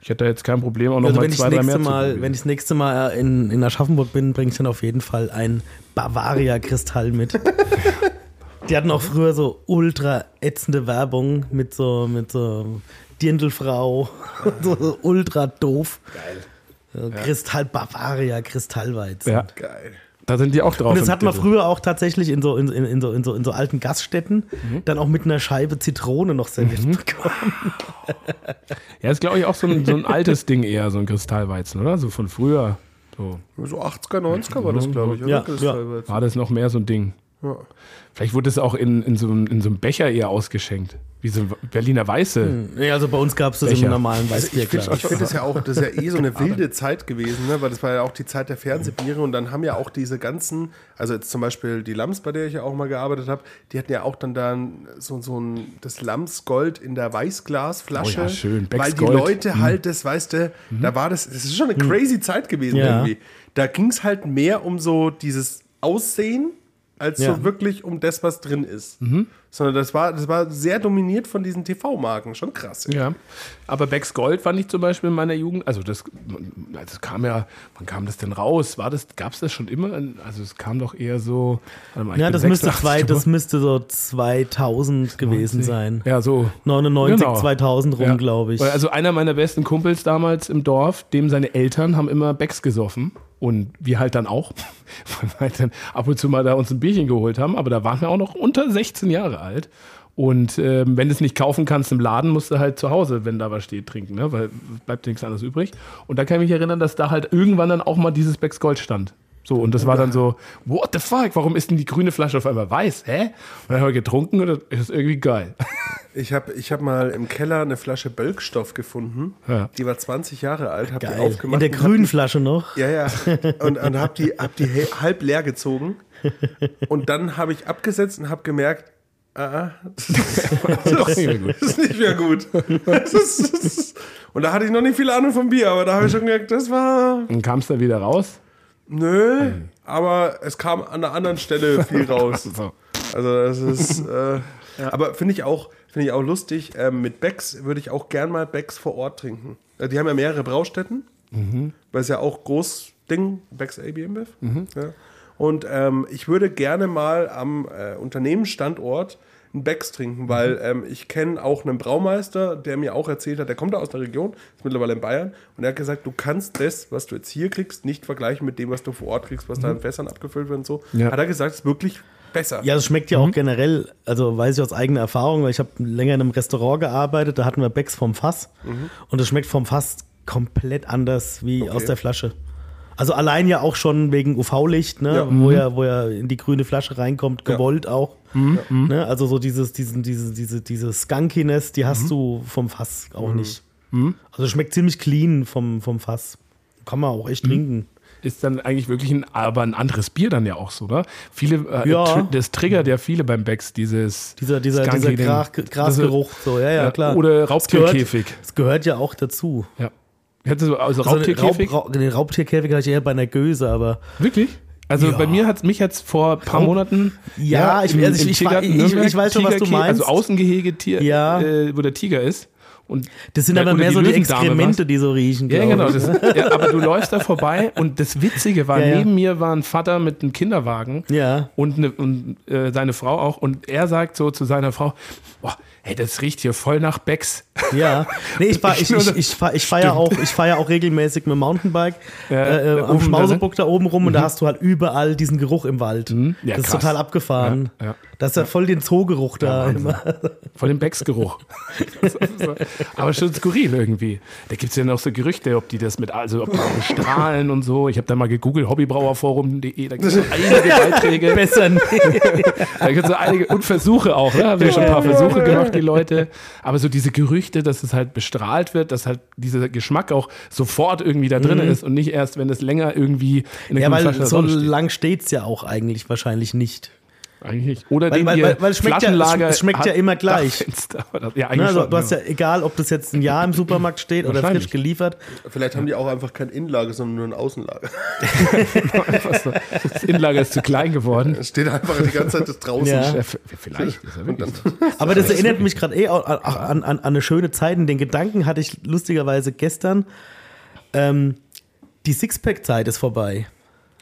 B: ich hätte da jetzt kein Problem, auch noch
C: Also
B: mal
C: wenn ich
B: zwei,
C: das
B: drei mehr
C: nächste
B: zu
C: Mal,
B: probieren.
C: wenn ich das nächste Mal äh, in, in Aschaffenburg bin, bringe ich dann auf jeden Fall einen
B: (laughs)
C: Bavaria-Kristall mit. Die hatten auch früher so ultra ätzende Werbung mit so mit so Dirndlfrau, (laughs) so, so ultra doof. Geil. Kristall Bavaria, Kristallweizen.
B: Ja,
D: Geil.
B: da sind die auch drauf.
C: Und das
B: im
C: hat man
B: Titel.
C: früher auch tatsächlich in so, in, in, in so, in so, in so alten Gaststätten
B: Mhm.
C: dann auch mit einer Scheibe Zitrone noch serviert bekommen.
B: Ja, ist glaube ich auch so ein, so ein altes Ding eher, so ein Kristallweizen, oder? So von früher. So.
D: So 80er, 90er war das, glaube ich.
C: Ja,
D: Das
C: ja.
D: war jetzt-
B: War das noch mehr so ein Ding? Vielleicht wurde es auch in, in, so, einem- in so einem Becher eher ausgeschenkt. Wie so ein Berliner Weiße.
C: Nee, also bei uns gab es das
B: Becher. Also
C: im normalen Weißbier,
D: Ich finde
C: klar.
D: ich find das ja auch, das ist ja eh so eine wilde Zeit gewesen, ne? weil das war ja auch die Zeit der Fernsehbiere und dann haben ja auch diese ganzen, also jetzt zum Beispiel die Lams, bei der ich ja auch mal gearbeitet habe, die hatten ja auch dann dann so, so ein, das Lamsgold in der Weißglasflasche,
B: Oh ja, schön.
D: weil
B: Beck's
D: die
B: Gold.
D: Leute halt, das weißt du, da war das, das ist schon eine crazy Zeit gewesen
C: Ja.
D: irgendwie. Da ging es halt mehr um so dieses Aussehen, als so
C: Ja.
D: wirklich um das, was drin ist. Sondern das war, das war sehr dominiert von diesen TV-Marken, schon krass. ey.
B: Ja, aber Becks Gold fand ich zum Beispiel in meiner Jugend, also das, das kam ja, wann kam das denn raus? War das, gab es das schon immer? Also es kam doch eher so. warte mal, ich
C: Ja,
B: bin
C: das müsste,
B: 86
C: zwei, das
B: geboren.
C: müsste so 2000 gewesen sein.
B: Ja, so.
C: 99,
B: Genau.
C: 2000 rum,
B: Ja.
C: glaube ich.
B: Weil Also einer meiner besten Kumpels damals im Dorf, dem seine Eltern haben immer Becks gesoffen. Und wir halt dann auch, (laughs) weil wir halt dann ab und zu mal da uns ein Bierchen geholt haben, aber da waren wir auch noch unter 16 Jahre alt. Und ähm, wenn du es nicht kaufen kannst im Laden, musst du halt zu Hause, wenn da was steht, trinken, ne? weil bleibt dir nichts anderes übrig. Und da kann ich mich erinnern, dass da halt irgendwann dann auch mal dieses Becks Gold stand. So, und das war dann so, what the fuck, warum ist denn die grüne Flasche auf einmal weiß, hä? Und dann haben wir getrunken und das ist irgendwie geil.
D: Ich habe ich hab mal im Keller eine Flasche Bölkstoff gefunden.
B: Ja.
D: Die war 20 Jahre alt, habe die
C: Geil.
D: aufgemacht.
C: In der
D: und hab
C: grünen Flasche noch.
D: die- Ja, ja. Und, und habe die, hab die he- halb leer gezogen. Und dann habe ich abgesetzt und habe gemerkt, ah, ah,
B: Das ist irgendwie gut.
D: das ist nicht mehr gut. Das ist, das ist, und da hatte ich noch nicht viel Ahnung vom Bier, aber da habe ich schon gemerkt, das war,
B: Dann kam es da wieder raus.
D: nö. Aber es kam an einer anderen Stelle viel raus.
B: So.
D: Also das ist. Äh, Aber finde ich auch, finde ich auch lustig. Ähm, mit Becks würde ich auch gern mal Becks vor Ort trinken. Äh, Die haben ja mehrere Braustätten. Weil es ja auch groß Ding, Becks AB InBev. Ja. Und ähm, ich würde gerne mal am äh, Unternehmensstandort einen Becks trinken, weil
C: Mhm.
D: ähm, ich kenne auch einen Braumeister, der mir auch erzählt hat, der kommt da aus der Region, ist mittlerweile in Bayern, und er hat gesagt, du kannst das, was du jetzt hier kriegst, nicht vergleichen mit dem, was du vor Ort kriegst, was da in Fässern abgefüllt wird und so.
B: Ja.
D: Hat er gesagt, ist wirklich besser.
C: Mhm. Ja, es schmeckt ja auch generell, also weiß ich aus eigener Erfahrung, weil ich habe länger in einem Restaurant gearbeitet, da hatten wir Becks vom Fass und es schmeckt vom Fass komplett anders wie aus der Flasche. Also allein ja auch schon wegen UV-Licht, ne?
D: Ja.
C: wo, ja, wo ja in die grüne Flasche reinkommt, gewollt auch. Ne? Also so dieses, diesen, diese, diese, diese Skunkiness, die hast du vom Fass auch nicht. Also schmeckt ziemlich clean vom, vom Fass. Kann man auch echt trinken.
B: Ist dann eigentlich wirklich ein, aber ein anderes Bier dann ja auch so, oder? Viele, äh,
C: Ja.
B: tr das triggert ja viele beim Becks, dieses
C: Dieser, dieser, dieser
B: Skunky-Ding.
C: Gra Grasgeruch, so, ja, ja,
B: Ja,
C: klar.
B: oder
C: Es
B: Raubtierkäfig.
C: gehört- Es gehört ja auch dazu.
B: Ja. Hättest du also
C: Also
B: Raubtierkäfig?
C: Raub, Raub, den Raubtierkäfig hatte ich eher bei einer Göse, aber.
B: Wirklich? Also
C: Ja.
B: bei mir hat's mich jetzt vor ein paar
C: Raub-
B: Monaten
C: Ja, ich- also ich- ich-
B: Tiergarten
C: ich- ich- ich
B: Nürnberg,
C: weiß schon, was du
B: Tigerkä-
C: meinst.
B: ne? Also Außengehege Tier,
C: Ja.
B: äh, wo der Tiger ist. Und
C: Das sind
B: da-
C: aber
B: oder
C: mehr so die
B: Löwendame war's.
C: Exkremente, die so riechen.
B: Ja,
C: glaub
B: genau.
C: ich. (laughs)
B: Das, ja, aber du läufst da vorbei und das Witzige war,
C: Ja, ja.
B: neben mir war ein Vater mit einem Kinderwagen
C: Ja.
B: und, eine, und äh, seine Frau auch. Und er sagt so zu seiner Frau, boah, hey, das riecht hier voll nach Becks.
C: Ja.
B: (laughs)
C: Nee, ich fahre ich,
B: nur
C: ich,
B: so-
C: ich fahr, ich fahr ja auch, ich fahr ja auch regelmäßig mit dem Mountainbike
B: Ja,
C: äh, äh,
B: da
C: am
B: oben da, ne?
C: Schmauseburg da oben rum und da hast du halt überall diesen Geruch im Wald.
B: Mhm. Ja,
C: das ist
B: krass.
C: total abgefahren.
B: Ja, ja.
C: Das ist ja voll den Zoogeruch da. immer.
B: Voll den
C: (laughs)
B: Becks-Geruch. aber schon skurril irgendwie. Da gibt es ja noch so Gerüchte, ob die das mit, also ob die das bestrahlen und so. Ich habe da mal gegoogelt, hobbybrauerforum.de, da gibt es
C: (laughs)
B: so einige Beiträge.
C: Besser nicht.
B: Da gibt es einige und Versuche auch, ne? Haben wir schon ein paar Versuche gemacht, die Leute. Aber so diese Gerüchte, dass es halt bestrahlt wird, dass halt dieser Geschmack auch sofort irgendwie da drin ist und nicht erst, wenn es länger irgendwie in der
C: Mhm. Ja, weil
B: Flasche
C: so
B: drin steht.
C: lang steht es ja auch eigentlich wahrscheinlich nicht.
B: Eigentlich. nicht. Oder
C: Weil-
B: den
C: weil-
B: ihr
C: weil- weil es schmeckt ja-
B: Flaschenlager
C: es schmeckt ja
B: hat
C: immer gleich.
B: Dachfenster. Oder- Ja, eigentlich
C: Ne, also,
B: schon, genau.
C: du hast
B: ja.
C: ja, egal, ob das jetzt ein Jahr im Supermarkt steht oder
B: Wahrscheinlich.
C: frisch geliefert,
D: Vielleicht haben die auch einfach kein Innenlager, sondern nur ein (laughs) Innenlager.
B: Einfach so. Also, Das Innenlager ist zu klein geworden.
D: Es steht einfach die ganze Zeit das draußen.
C: Ja.
B: Ja, v- vielleicht ist er wirklich so.
C: Aber das erinnert mich gerade eh auch an, an, an eine schöne Zeit. Und den Gedanken hatte ich lustigerweise gestern. Ähm, die Sixpack-Zeit ist vorbei.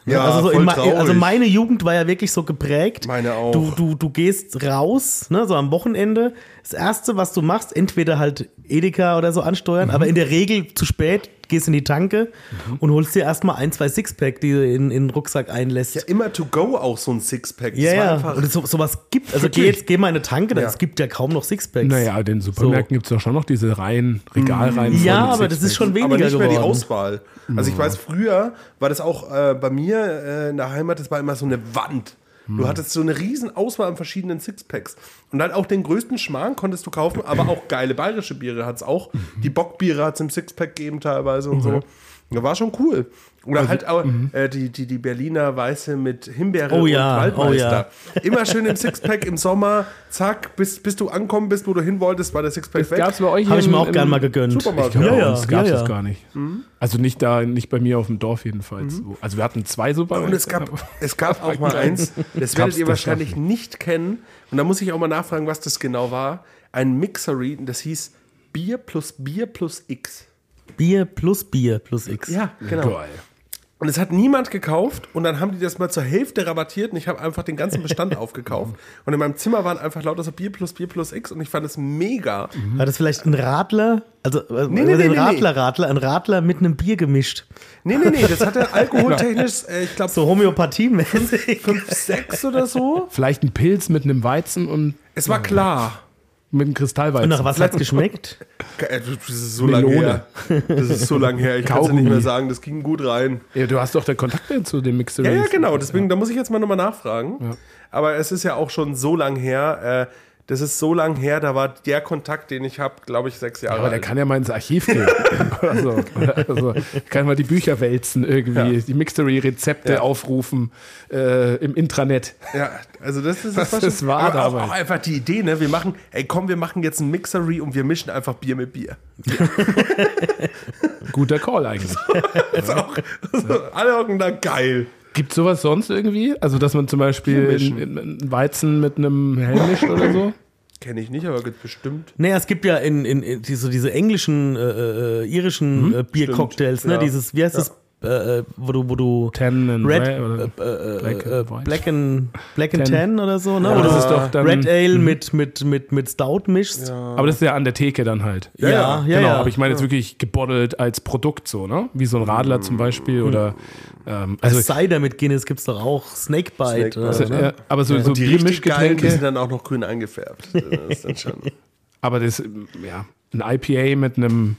D: Ja,
C: also, so
D: voll
C: in, mei-
D: traurig.
C: also meine Jugend war ja wirklich so geprägt.
D: Meine auch.
C: Du, du, du gehst raus, ne, so am Wochenende. Das Erste, was du machst, entweder halt Edeka oder so ansteuern,
B: Mhm.
C: aber in der Regel zu spät, gehst in die Tanke und holst dir erstmal ein, zwei Sixpack, die du in, in den Rucksack einlässt.
D: ja, immer to go auch so ein Sixpack. Das
C: Ja,
D: war
C: ja.
D: einfach-
C: Und es so, sowas gibt. Also geh
D: Wirklich?
C: jetzt, geh mal in eine Tanke, da-
D: Ja.
C: es gibt ja kaum noch Sixpacks.
B: Naja, in den Supermärkten gibt es doch schon noch diese Reihen, Regalreihen. voll
C: Mm, Ja,
B: mit
C: aber das
B: Sixpacks.
C: ist schon weniger
D: aber nicht
C: geworden.
D: mehr die Auswahl. Also ich weiß, früher war das auch äh, bei mir äh, in der Heimat, das war immer so eine Wand.
C: Hm.
D: Du hattest so eine riesen Auswahl an verschiedenen Sixpacks. Und dann auch den größten Schmarrn konntest du kaufen, aber auch geile bayerische Biere hat's auch.
C: Mhm.
D: Die Bockbiere hat's im Sixpack gegeben teilweise und so. Ja, war schon cool. Oder
C: Also
D: halt auch äh, die, die, die Berliner Weiße mit Himbeere
C: mhm. Oh
D: und
C: ja,
D: Waldmeister. Immer schön im Sixpack im Sommer, zack, bis, bis du ankommen bist, wo du hin wolltest, war der Sixpack
B: Das
D: weg.
B: gab's bei euch
C: Habe ich
B: im-
C: mir auch
B: im
C: gern mal gegönnt.
D: Supermarkt,
B: Ja,
D: Ja,
B: ja,
D: ja,
B: bei uns gab es
C: ja, Mhm.
B: das
C: ja.
B: gar nicht. Also nicht da, nicht bei mir auf dem Dorf jedenfalls.
C: Mhm.
B: Wo- Also wir hatten zwei Supermärkte.
D: Und es gab, (laughs) es gab auch mal eins, das
B: Gab's
D: werdet ihr
B: das
D: wahrscheinlich nicht kennen. Und da muss ich auch mal nachfragen, was das genau war. Ein Mixery, das hieß Bier plus Bier plus X.
C: Bier plus Bier plus X.
D: Ja, genau.
B: Geil.
D: Und es hat niemand gekauft und dann haben die das mal zur Hälfte rabattiert und ich habe einfach den ganzen Bestand (laughs) aufgekauft. Und in meinem Zimmer waren einfach lauter so Bier plus Bier plus X und ich fand es mega.
C: War das vielleicht ein Radler? Also äh,
D: Nee, nee,
C: ein
D: nee, nee,
C: Radler, Radler, ein Radler mit einem Bier gemischt.
D: Nee, nee, nee, das (laughs) hatte alkoholtechnisch, äh, ich glaube,
C: So homöopathiemäßig. (laughs)
D: fünf, sechs oder so.
B: Vielleicht ein Pilz mit einem Weizen und
D: Es war klar.
B: mit einem Kristallweizen.
C: Und nach was hat's geschmeckt?
D: Äh, Das ist so
B: Melone.
D: lange her. Das ist so lange her. Ich kann es nicht
B: Kaugummi.
D: mehr sagen. Das ging gut rein.
B: Ja, du hast doch den Kontakt mehr zu dem Mixer.
D: Ja, ja, genau. Deswegen, da muss ich jetzt mal nochmal nachfragen.
B: Ja.
D: Aber es ist ja auch schon so lang her. Äh, das ist so lang her, da war der Kontakt, den ich habe, glaube ich, sechs Jahre
B: Aber der
D: alt.
B: kann ja mal ins Archiv
C: (laughs)
B: gehen. also, also kann mal die Bücher wälzen irgendwie, die Mixery-Rezepte
D: Ja.
B: aufrufen äh, im Intranet.
D: Ja, also das ist
B: Das
D: war schon-
B: ist wahr
D: aber auch,
B: damals.
D: auch einfach die Idee, ne? Wir machen, ey, komm, wir machen jetzt ein Mixery und wir mischen einfach Bier mit Bier.
B: Guter Call eigentlich.
D: Das ist auch, (laughs) so, alle hocken da geil.
B: Gibt sowas sonst irgendwie? Also, dass man zum Beispiel
D: Biermischen.
B: in- in- in Weizen mit einem Helm mischt oder so?
D: Kenne ich nicht, aber gibt bestimmt.
C: Naja, es gibt ja in, in, in die, so diese englischen, äh, äh, irischen äh, Biercocktails, ne?
D: ja.
C: Dieses, wie heißt
D: Ja.
C: das, äh, äh, wo du, wo du
B: Ten and
C: Red,
B: Red oder
C: äh, äh,
B: Black
C: Black,
B: and
C: äh,
B: White.
C: Black and Black and
B: Ten.
C: Ten oder so, ne?
B: Ja,
C: Wo
B: das
C: du
B: ist doch dann, mhm.
C: Red Ale mit, mit, mit, mit Stout mischst.
B: aber das ist ja an der Theke dann halt.
C: Ja, ja, ja.
B: genau, aber ich meine jetzt wirklich gebottelt als Produkt so, ne? Wie so ein Radler zum Beispiel
C: Hm.
B: oder ähm, also,
C: also Cider mit Guinness gibt's doch auch, Snakebite.
D: Snakebite.
C: oder
B: also,
C: so, ne?
B: äh, aber so, so
D: Die richtig geilen, die
B: Biermischgetränke,
D: sind dann auch noch grün eingefärbt. Das ist dann (laughs) schon.
B: aber das ähm, ja, ein IPA mit einem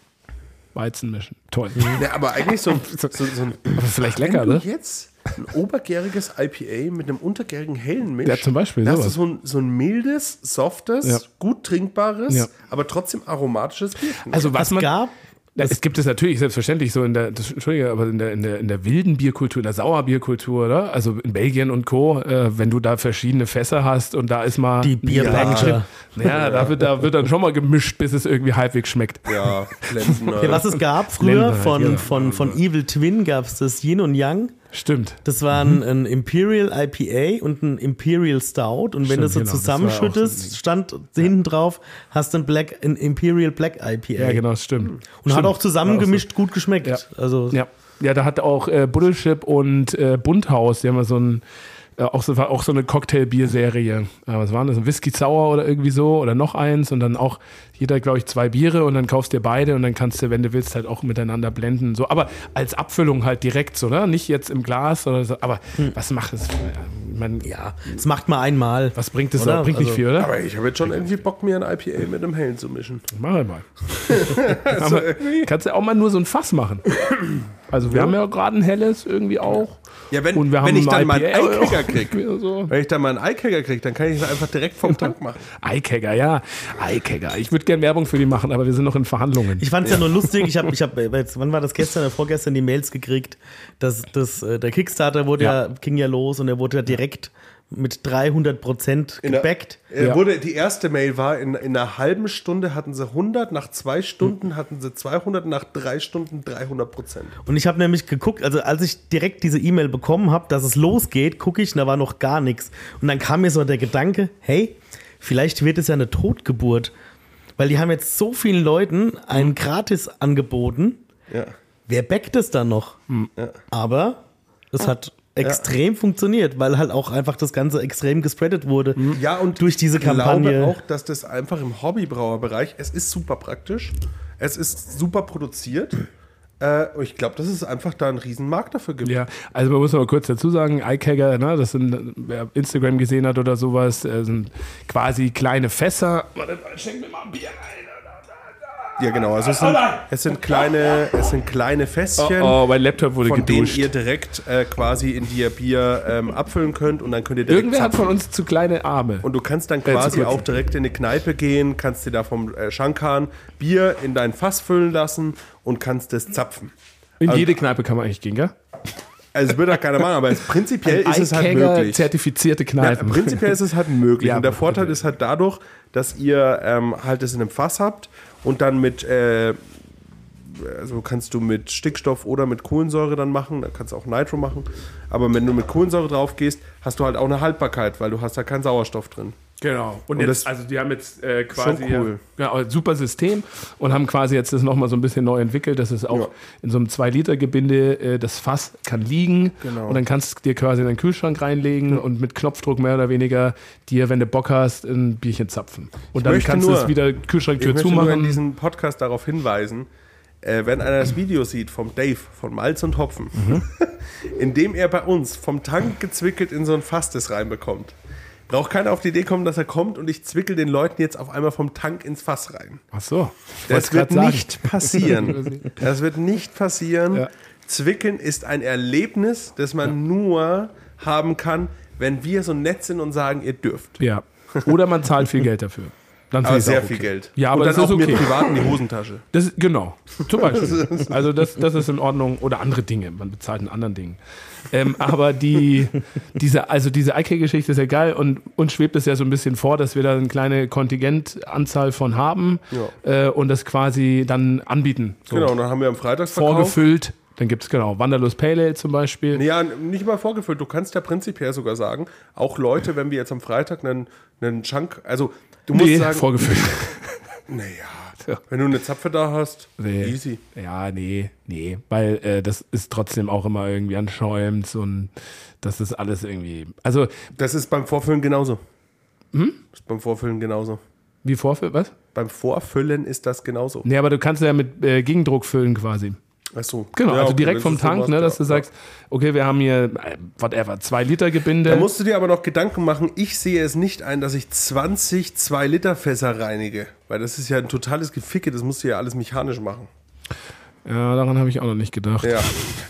B: Weizen mischen. Toll.
C: Mhm.
D: Ja, aber eigentlich so, ein- so, so ein
B: Aber vielleicht lecker, ne?
D: du jetzt ein obergäriges IPA mit einem untergärigen hellen Milch.
B: Ja, zum Beispiel
D: Da hast du
B: sowas.
D: so ein, so ein mildes, softes,
B: Ja.
D: gut trinkbares,
B: Ja.
D: aber trotzdem aromatisches Bier.
B: (laughs) Also was
C: es
B: man
C: gab,
B: Ja, es gibt es natürlich selbstverständlich so in der, das, Entschuldige, aber in der, in der, in der wilden Bierkultur, in der Sauerbierkultur, oder? Also in Belgien und Co., äh, wenn du da verschiedene Fässer hast und da ist mal.
C: Die Bierplatte.
B: Ja, ja da, wird, da wird dann schon mal gemischt, bis es irgendwie halbwegs schmeckt.
D: (laughs) ja, Glänzen,
C: ja, was es gab früher
B: Länder halt,
C: von,
B: ja.
C: von, von Evil Twin gab's das Yin und Yang.
B: Stimmt.
C: Das
B: Mhm.
C: waren ein Imperial IPA und ein Imperial Stout. Und wenn
B: Stimmt,
C: du
B: genau,
C: so
B: das war auch so
C: zusammenschüttest, stand hinten drauf, hast du ein, Black, ein Imperial Black IPA.
B: Ja, genau, stimmt. Und
C: Und
B: stimmt.
C: hat auch zusammengemischt gut geschmeckt.
B: Ja.
C: Also
B: Ja, ja da hat auch äh, Buddleship und äh, Bunthaus, die haben ja so ein. äh, Auch so, war auch so eine Cocktailbierserie. Äh, Was waren das? Ein Whisky Sour oder irgendwie so oder noch eins und dann auch jeder, glaube ich, zwei Biere und dann kaufst dir beide und dann kannst du, wenn du willst, halt auch miteinander blenden. So, aber als Abfüllung halt direkt so, ne? Nicht jetzt im Glas oder so. Aber was macht es? Ich mein,
C: Hm. ja, das macht man einmal.
B: was bringt es?
C: Oder?
B: auch? Bringt nicht
C: Also-
B: viel, oder?
D: Aber ich habe jetzt schon irgendwie Bock, mir ein IPA mit einem hellen zu mischen.
B: Mach halt
C: (laughs)
B: mal. Aber kannst ja auch mal nur so ein Fass machen. Also wir haben ja gerade ein helles irgendwie auch.
D: Ja, wenn,
B: Und wir haben
D: wenn ich dann
B: ein
D: mal einen
B: IPA (laughs)
D: Eikicker
B: auch.
D: kriege.
B: So.
D: Wenn ich dann mal einen Eikicker kriege, dann kann ich es einfach direkt vom Tank machen.
B: Eikegger, ja. Eikegger. Ich würde gerne Werbung für die machen, aber wir sind noch in Verhandlungen.
C: Ich fand es ja. nur lustig. Ich habe, ich hab, äh, jetzt, wann war das gestern oder vorgestern die Mails gekriegt, dass, dass äh, der Kickstarter wurde
B: Ja.
C: ja. ging ja los und er wurde ja direkt mit 300 Prozent
D: der-
C: gebackt.
D: Äh,
B: Ja.
D: wurde, die erste Mail war, in, in einer halben Stunde hatten sie 100, nach zwei Stunden hatten sie 200, nach drei Stunden 300 Prozent.
C: Und ich habe nämlich geguckt, also als ich direkt diese E-Mail bekommen habe, dass es losgeht, gucke ich, und da war noch gar nichts. Und dann kam mir so der Gedanke, hey, vielleicht wird es ja eine Totgeburt. Weil die haben jetzt so vielen Leuten einen Gratis angeboten.
D: Ja.
C: Wer backt es dann noch? Aber es hat extrem funktioniert, weil halt auch einfach das Ganze extrem gespreadet wurde.
B: Hm?
D: Ja, und
C: Durch diese Kampagne.
D: Ich glaube auch, dass das einfach im Hobbybrauerbereich, es ist super praktisch, es ist super produziert. Äh, und ich glaube, dass es einfach da einen riesen Markt dafür gibt.
B: Ja, also man muss aber kurz dazu sagen, iCagger, ne, das sind, wer Instagram gesehen hat oder sowas, äh, sind quasi kleine Fässer. Warte mal, schenk mir mal ein Bier ein.
D: Ja, genau. Also es sind, es sind kleine, es sind kleine Fässchen,
B: Oh, mein Laptop wurde
D: von denen
B: geduscht.
D: ihr direkt äh, quasi in die ihr Bier ähm, abfüllen könnt und dann könnt ihr direkt
B: Irgendwer hat
D: zapfen.
B: von uns zu kleine Arme.
D: und du kannst dann
B: zu
D: quasi
B: kurz.
D: auch direkt in eine Kneipe gehen, kannst dir da vom äh, Schankhahn Bier in dein Fass füllen lassen und kannst es zapfen.
B: in jede Kneipe kann man eigentlich gehen, gell?
D: Also es wird auch keiner machen, aber es, prinzipiell ist es halt
B: Eikäger,
D: möglich.
B: zertifizierte
D: Ja,
B: Kneipen.
D: prinzipiell ist es halt möglich.
B: Ja,
D: und der
B: aber-
D: Vorteil ist halt dadurch, dass ihr ähm, halt es in einem Fass habt und dann mit, äh, also kannst du mit Stickstoff oder mit Kohlensäure dann machen, da kannst du auch Nitro machen. Aber wenn du mit Kohlensäure drauf gehst, hast du halt auch eine Haltbarkeit, weil du hast da keinen Sauerstoff drin.
B: Genau. Und,
D: Und
B: jetzt,
D: das-
B: also die haben jetzt äh, quasi
D: Schon cool.
B: ja, ein super System und haben quasi jetzt das nochmal so ein bisschen neu entwickelt. Das ist auch
D: Ja.
B: in so einem 2-Liter-Gebinde, äh, das Fass kann liegen
D: Genau.
B: und dann kannst du dir quasi in den Kühlschrank reinlegen und mit Knopfdruck mehr oder weniger dir, wenn du Bock hast, ein Bierchen zapfen. Und dann
D: möchte
B: kannst du
D: nur-
B: es wieder
D: Ich
B: Kühlschranktür
D: möchte nur in
B: zumachen.
D: diesem Podcast darauf hinweisen, äh, wenn einer das Video sieht vom Dave von Malz und Hopfen,
B: Mhm.
D: (laughs) in dem er bei uns vom Tank gezwickelt in so ein Fass das reinbekommt, braucht keiner auf die Idee kommen, dass er kommt und ich zwickel den Leuten jetzt auf einmal vom Tank ins Fass rein.
B: Ach so. Ich
D: Das
B: wollt's grad
D: wird
B: sagen. (laughs)
D: nicht passieren. Das wird nicht passieren.
B: Ja.
D: Zwickeln ist ein Erlebnis, das man nur haben kann, wenn wir so nett sind und sagen, ihr dürft.
B: Ja. Oder man zahlt viel Geld dafür. Dann
D: Aber
B: ist
D: sehr
B: auch
D: viel
B: okay.
D: Geld.
B: Ja, aber
D: und dann
B: das ist
D: auch
B: okay.
D: mir privat in die Hosentasche.
B: Das ist, genau, zum
D: (laughs)
B: Beispiel. Also das, das ist in Ordnung. Oder andere Dinge, man bezahlt in anderen Dingen. Ähm, aber die, diese, also diese IK-Geschichte ist ja geil und uns schwebt es ja so ein bisschen vor, dass wir da eine kleine Kontingentanzahl von haben äh, und das quasi dann anbieten. So.
D: Genau, und dann haben wir am Freitagsverkauf.
B: Vorgefüllt, dann gibt es genau Wanderlust Pale Ale zum Beispiel.
D: Ja, nicht mal vorgefüllt. Du kannst ja prinzipiell sogar sagen, auch Leute, wenn wir jetzt am Freitag einen, einen Chunk, also du musst
B: Nee,
D: sagen,
B: vorgefüllt.
D: (laughs) naja, wenn du eine Zapfe da hast,
B: Nee.
D: easy.
B: Ja, nee, nee, weil äh, das ist trotzdem auch immer irgendwie anschäumt und das ist alles irgendwie. Also,
D: Das ist beim Vorfüllen genauso.
B: Hm?
D: Ist beim Vorfüllen genauso.
B: wie Vorfeld, was?
D: Beim Vorfüllen ist das genauso.
B: Nee, aber du kannst ja mit äh, Gegendruck füllen quasi.
D: Achso.
B: Genau,
D: Ja,
B: also
D: okay,
B: direkt
D: das
B: vom
D: ist sowas,
B: Tank, ne, dass
D: ja,
B: du
D: ja.
B: sagst, okay, wir haben hier, äh, whatever, zwei Liter Gebinde.
D: Da musst du dir aber noch Gedanken machen, ich sehe es nicht ein, dass ich 20 2-Liter-Fässer reinige. Weil das ist ja ein totales Geficke, das musst du ja alles mechanisch machen.
B: ja, daran habe ich auch noch nicht gedacht.
D: Ja.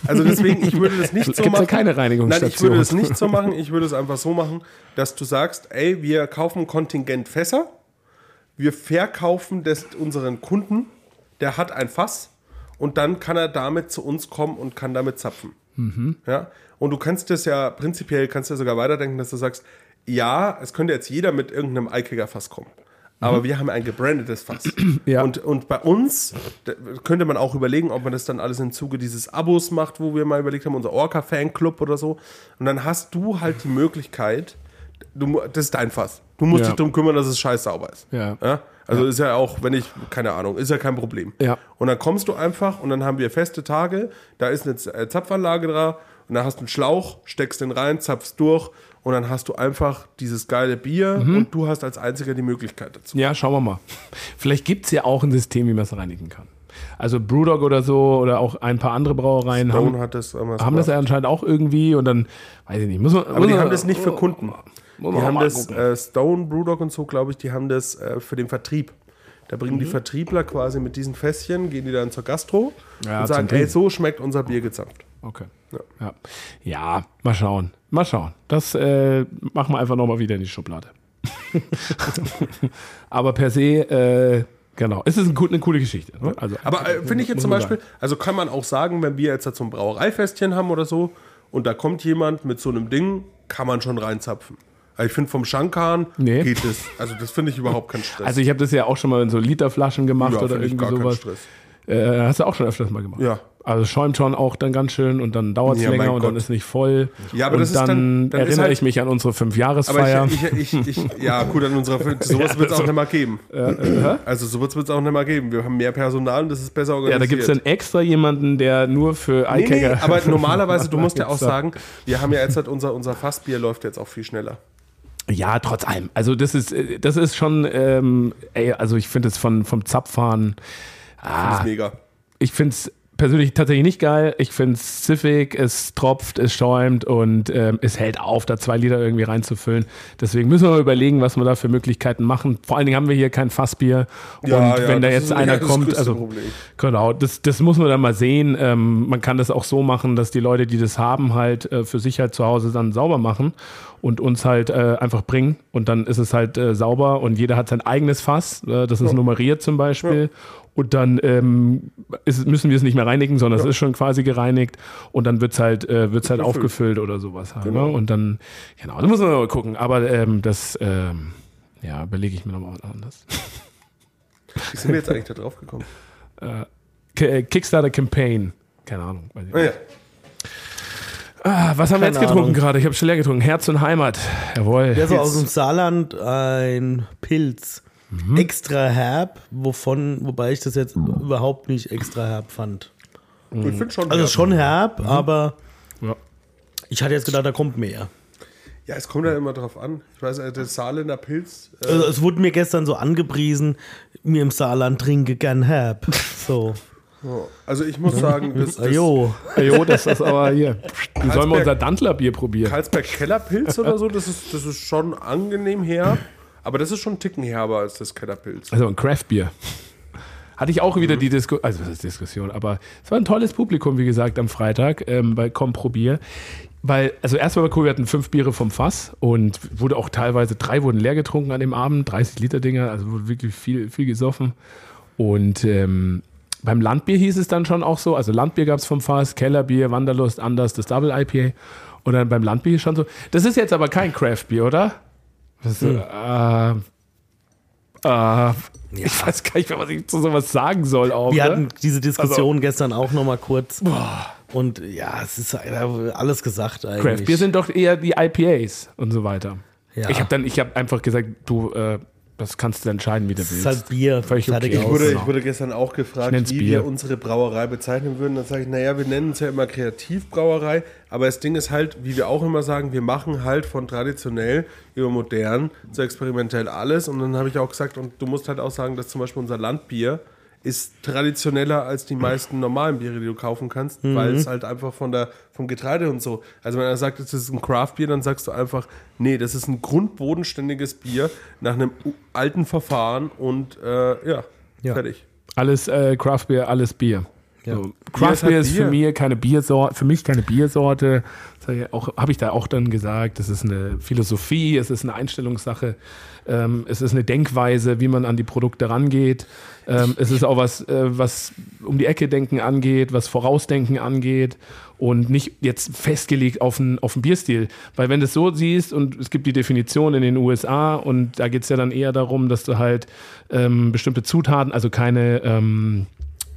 D: Also deswegen, ich würde das nicht so
B: Gibt's ja
D: machen.
B: keine Reinigungsstation.
D: Nein, ich würde das nicht so machen. Ich würde es einfach so machen, dass du sagst, ey, wir kaufen Kontingent Fässer, wir verkaufen das unseren Kunden, der hat ein Fass und dann kann er damit zu uns kommen und kann damit zapfen.
B: Mhm.
D: Ja? Und du kannst das ja prinzipiell, kannst du ja sogar weiterdenken, dass du sagst, ja, es könnte jetzt jeder mit irgendeinem eikiger Fass kommen. Aber wir haben ein gebrandetes Fass.
B: Mhm. (clears throat) Ja.
D: Und, und bei uns da könnte man auch überlegen, ob man das dann alles im Zuge dieses Abos macht, wo wir mal überlegt haben, unser Orca-Fanclub oder so. Und dann hast du halt die Möglichkeit, du, mu- das ist dein Fass. Du musst
B: Ja.
D: dich darum kümmern, dass es scheiß sauber ist.
B: Ja.
D: Also ist ja auch, wenn ich, keine Ahnung, ist ja kein Problem.
B: Ja.
D: Und dann kommst du einfach und dann haben wir feste Tage, da ist eine Z- äh, Zapfanlage da und dann hast du einen Schlauch, steckst den rein, zapfst durch und dann hast du einfach dieses geile Bier
B: Mhm.
D: und du hast als einziger die Möglichkeit dazu.
B: Ja, schauen wir mal. Vielleicht gibt es ja auch ein System, wie man es reinigen kann. Also Brewdog oder so oder auch ein paar andere Brauereien haben,
D: Stone hat das damals
B: haben das
D: gemacht.
B: ja anscheinend auch irgendwie und dann, weiß ich nicht, muss man.
D: aber die haben das nicht für Kunden.
B: Oh. Muss
D: Die
B: man
D: haben
B: mal
D: das,
B: gucken.
D: äh, Stone, Brewdog und so, glaube ich, die haben das äh, für den Vertrieb. Da bringen
B: Mhm.
D: die Vertriebler quasi mit diesen Fässchen, gehen die dann zur Gastro
B: Ja,
D: und
B: zum
D: sagen,
B: Trinken.
D: ey, so schmeckt unser Bier gezapft.
B: Okay. Ja. Ja. mal schauen. Mal schauen. Das äh, machen wir einfach nochmal wieder in die
D: (laughs)
B: Schublade. Aber per se, äh, genau. Es ist ein, gut- eine coole Geschichte. Ne? Also,
D: Aber äh, finde ich jetzt
B: muss
D: zum
B: man
D: Beispiel, also kann man auch sagen, wenn wir jetzt da zum Brauereifestchen haben oder so und da kommt jemand mit so einem Ding, kann man schon reinzapfen. Also ich finde vom Schankan
B: Nee.
D: geht das, also das finde ich überhaupt keinen Stress.
B: also ich habe das ja auch schon mal in so Literflaschen gemacht
D: Ja,
B: oder
D: finde ich
B: irgendwie
D: gar keinen
B: sowas.
D: Stress.
B: Äh, hast du auch schon öfters mal gemacht.
D: Ja.
B: Also es schäumt schon auch dann ganz schön und dann dauert es
D: Ja, mein
B: länger und dann
D: Gott.
B: ist nicht voll.
D: Ja, aber
B: und
D: das ist
B: dann,
D: dann- dann ist
B: erinnere
D: halt-
B: ich mich an unsere Fünfjahresfeier.
D: aber ich, ich, ich,
B: (laughs)
D: ich, ja gut, an unserer, sowas wird es auch nicht mehr geben.
B: äh,
D: also sowas wird es auch nicht mehr geben. Wir haben mehr Personal und das ist besser
B: ja,
D: organisiert.
B: da gibt es dann extra jemanden, der nur für
D: Nee, nee,
B: Eikäger...
D: aber normalerweise,
B: (laughs)
D: du musst ja auch
B: Gibt's da.
D: sagen, wir haben ja jetzt halt unser, unser Fassbier läuft jetzt auch viel schneller.
B: Ja, trotz allem. Also das ist, äh, das ist schon, ähm, ey, also ich finde es von vom Zapfahren,
D: Das ist mega.
B: ich finde es persönlich tatsächlich nicht geil. Ich finde es ziffig, es tropft, es schäumt und ähm, es hält auf, da zwei Liter irgendwie reinzufüllen. Deswegen müssen wir mal überlegen, was wir da für Möglichkeiten machen. Vor allen Dingen haben wir hier kein Fassbier.
D: Ja,
B: und
D: ja,
B: wenn da
D: das
B: jetzt
D: ist
B: einer
D: eigentlich das
B: kommt,
D: größte
B: also
D: Problem.
B: genau, das, das muss man dann mal sehen. Ähm, man kann das auch so machen, dass die Leute, die das haben, halt äh, für sich halt zu Hause dann sauber machen und uns halt äh, einfach bringen. Und dann ist es halt äh, sauber und jeder hat sein eigenes Fass. Äh, das ist nummeriert zum Beispiel. Und dann ähm, ist, müssen wir es nicht mehr reinigen, sondern es ist schon quasi gereinigt. Und dann wird es halt, äh, wird's halt aufgefüllt oder sowas. Halt, ne? Und dann, genau, da muss man mal gucken. Aber ähm, das, ähm, ja, überlege ich mir nochmal was anderes.
D: Wie sind wir jetzt eigentlich da drauf gekommen?
B: K äh, Kickstarter Campaign. Keine Ahnung. Weiß ich
D: Ah,
B: nicht.
D: ja.
B: Ah, was haben wir
C: Keine
B: jetzt getrunken
C: Ahnung.
B: gerade? Ich habe schon leer getrunken. Herz und Heimat. Jawohl.
C: Ja, so aus
D: Pilz.
C: dem Saarland ein Pilz. Extra herb, wovon, wobei ich das jetzt überhaupt nicht extra herb fand.
B: Mhm.
D: Ich finde schon.
C: Also schon herb, aber
B: Ja.
C: ich hatte jetzt gedacht, da kommt mehr.
D: Ja, es kommt ja immer drauf an. Ich weiß, äh, der Saarländer Pilz. Äh,
C: Also es wurde mir gestern so angepriesen, mir im Saarland trinke gern herb. So.
D: oh. also ich muss sagen, das, das
C: Jo.
B: Mhm. Ah, Jo, das ist aber hier. Wie sollen wir unser Dantlerbier probieren?
D: Karlsberg Kellerpilz oder so, das ist, das ist schon angenehm herb. Aber das ist schon einen Ticken herber als das Kellerpilz.
B: Also ein Craftbier. Hatte ich auch wieder die Diskussion, also das ist Diskussion, aber es war ein tolles Publikum, wie gesagt, am Freitag ähm, bei Komprobier. Weil, also erstmal war cool, wir hatten fünf Biere vom Fass und wurde auch teilweise, drei wurden leer getrunken an dem Abend, 30 Liter Dinger, also wurde wirklich viel, viel gesoffen. Und ähm, beim Landbier hieß es dann schon auch so, also Landbier gab es vom Fass, Kellerbier, Wanderlust, anders, das Double IPA. Und dann beim Landbier schon so, das ist jetzt aber kein Craftbier, oder? Das, ist,
C: Hm.
B: äh, äh, Ich weiß gar nicht mehr, was ich zu sowas sagen soll. Auch,
C: Wir
B: ne?
C: hatten diese
D: Also
C: Diskussion gestern auch nochmal kurz. Und ja, es ist äh, alles gesagt eigentlich.
B: Craft Beer sind doch eher die IPAs und so weiter.
C: Ja.
B: Ich habe dann, ich habe einfach gesagt, du, äh, das kannst du entscheiden, wie du
C: es
B: willst.
C: ist halt Bier.
B: Völlig
C: Fertig
B: okay.
C: aus.
D: Ich wurde,
B: Genau.
D: ich wurde gestern auch gefragt,
B: nenn's
D: wie
B: Bier.
D: wir unsere Brauerei bezeichnen würden. Dann sage ich, naja, wir nennen es ja immer Kreativbrauerei. Aber das Ding ist halt, wie wir auch immer sagen, wir machen halt von traditionell über modern zu experimentell alles. Und dann habe ich auch gesagt, und du musst halt auch sagen, dass zum Beispiel unser Landbier ist traditioneller als die meisten normalen Biere, die du kaufen kannst, weil es halt einfach von der, vom Getreide und so. Also wenn er sagt, es ist ein Craft-Bier, dann sagst du einfach, nee, das ist ein grundbodenständiges Bier nach einem u- alten Verfahren und äh, ja,
C: Ja.
D: fertig.
B: Alles äh, Craft Beer, alles Bier.
C: Ja.
B: So, Craft
D: Bier
B: Beer
D: ist halt
B: ist für
D: Bier.
B: mir keine Biersorte, für mich keine Biersorte. Das habe ich, auch, habe ich da auch dann gesagt, das ist eine Philosophie, es ist eine Einstellungssache, ähm, es ist eine Denkweise, wie man an die Produkte rangeht. Ähm, es ist auch was, äh, was um die Ecke denken angeht, was Vorausdenken angeht und nicht jetzt festgelegt auf einen, auf einen Bierstil. Weil wenn du es so siehst und es gibt die Definition in den USA und da geht es ja dann eher darum, dass du halt ähm, bestimmte Zutaten, also keine ähm,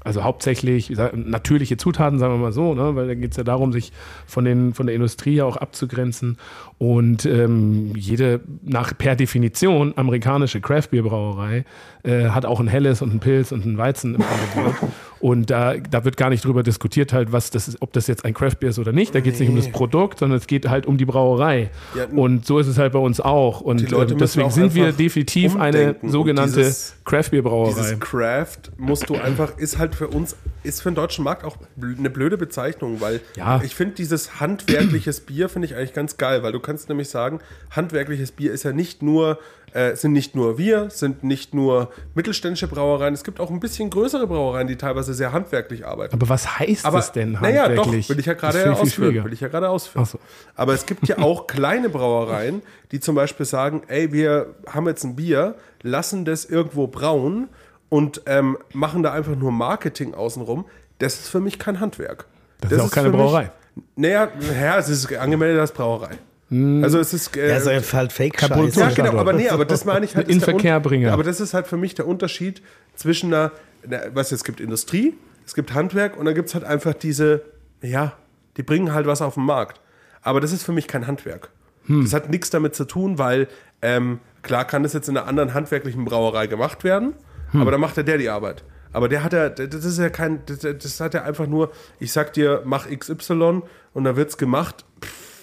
B: also hauptsächlich wie gesagt, natürliche Zutaten, sagen wir mal so, ne? weil da geht es ja darum, sich von, den, von der Industrie ja auch abzugrenzen. Und ähm, jede, nach per Definition, amerikanische Craft-Bier-Brauerei äh, hat auch ein helles und ein Pilz und ein Weizen im Angebot. Und da, da wird gar nicht drüber diskutiert, halt, was das ist, ob das jetzt ein Craft-Bier ist oder nicht. Da geht es nicht um das Produkt, sondern es geht halt um die Brauerei.
D: Ja,
B: und so ist es halt bei uns auch. Und
D: Leute
B: äh,
D: müssen
B: deswegen
D: auch
B: sind wir
D: einfach
B: definitiv eine
D: umdenken und
B: sogenannte
D: dieses-
B: Craft-Bier-Brauerei.
D: Dieses Craft musst du einfach, ist halt für uns, ist für den deutschen Markt auch bl- eine blöde Bezeichnung, weil
B: Ja.
D: ich finde dieses handwerkliches Bier finde ich eigentlich ganz geil, weil du kannst nämlich sagen, handwerkliches Bier ist ja nicht nur, äh, sind nicht nur wir, sind nicht nur mittelständische Brauereien, es gibt auch ein bisschen größere Brauereien, die teilweise sehr handwerklich arbeiten.
B: Aber was heißt
D: Aber
B: das denn
D: naja,
B: handwerklich?
D: doch, will ich ja
B: Das
D: gerade
B: finde ich viel
D: ausführen.
B: schwieriger.
D: Will ich ja gerade ausführen.
B: Ach so.
D: Aber es gibt ja
B: (laughs)
D: auch kleine Brauereien, die zum Beispiel sagen, ey, wir haben jetzt ein Bier, lassen das irgendwo brauen und ähm, machen da einfach nur Marketing außenrum. Das ist für mich kein Handwerk.
B: Das ist auch keine
D: für mich-
B: Brauerei.
D: Naja, naja, es ist angemeldet als Brauerei.
B: Hm.
D: Also es ist... Äh,
C: Ja, es ist halt Fake-Scheiße.
B: Produktion-
D: ja, genau, aber nee, aber das meine ich
B: (laughs)
D: halt.
B: Ein
D: ist der Un-
B: Inverkehrbringer.
D: Aber das ist halt für mich der Unterschied zwischen einer, einer- was es gibt Industrie, es gibt Handwerk und dann gibt es halt einfach diese, ja, die bringen halt was auf den Markt. Aber das ist für mich kein Handwerk.
B: Hm.
D: Das hat nichts damit zu tun, weil ähm, klar kann das jetzt in einer anderen handwerklichen Brauerei gemacht werden,
B: Hm.
D: aber dann macht ja der die Arbeit. Aber der hat ja, das ist ja kein, das, das hat ja einfach nur, ich sag dir, mach XY und dann wird's gemacht.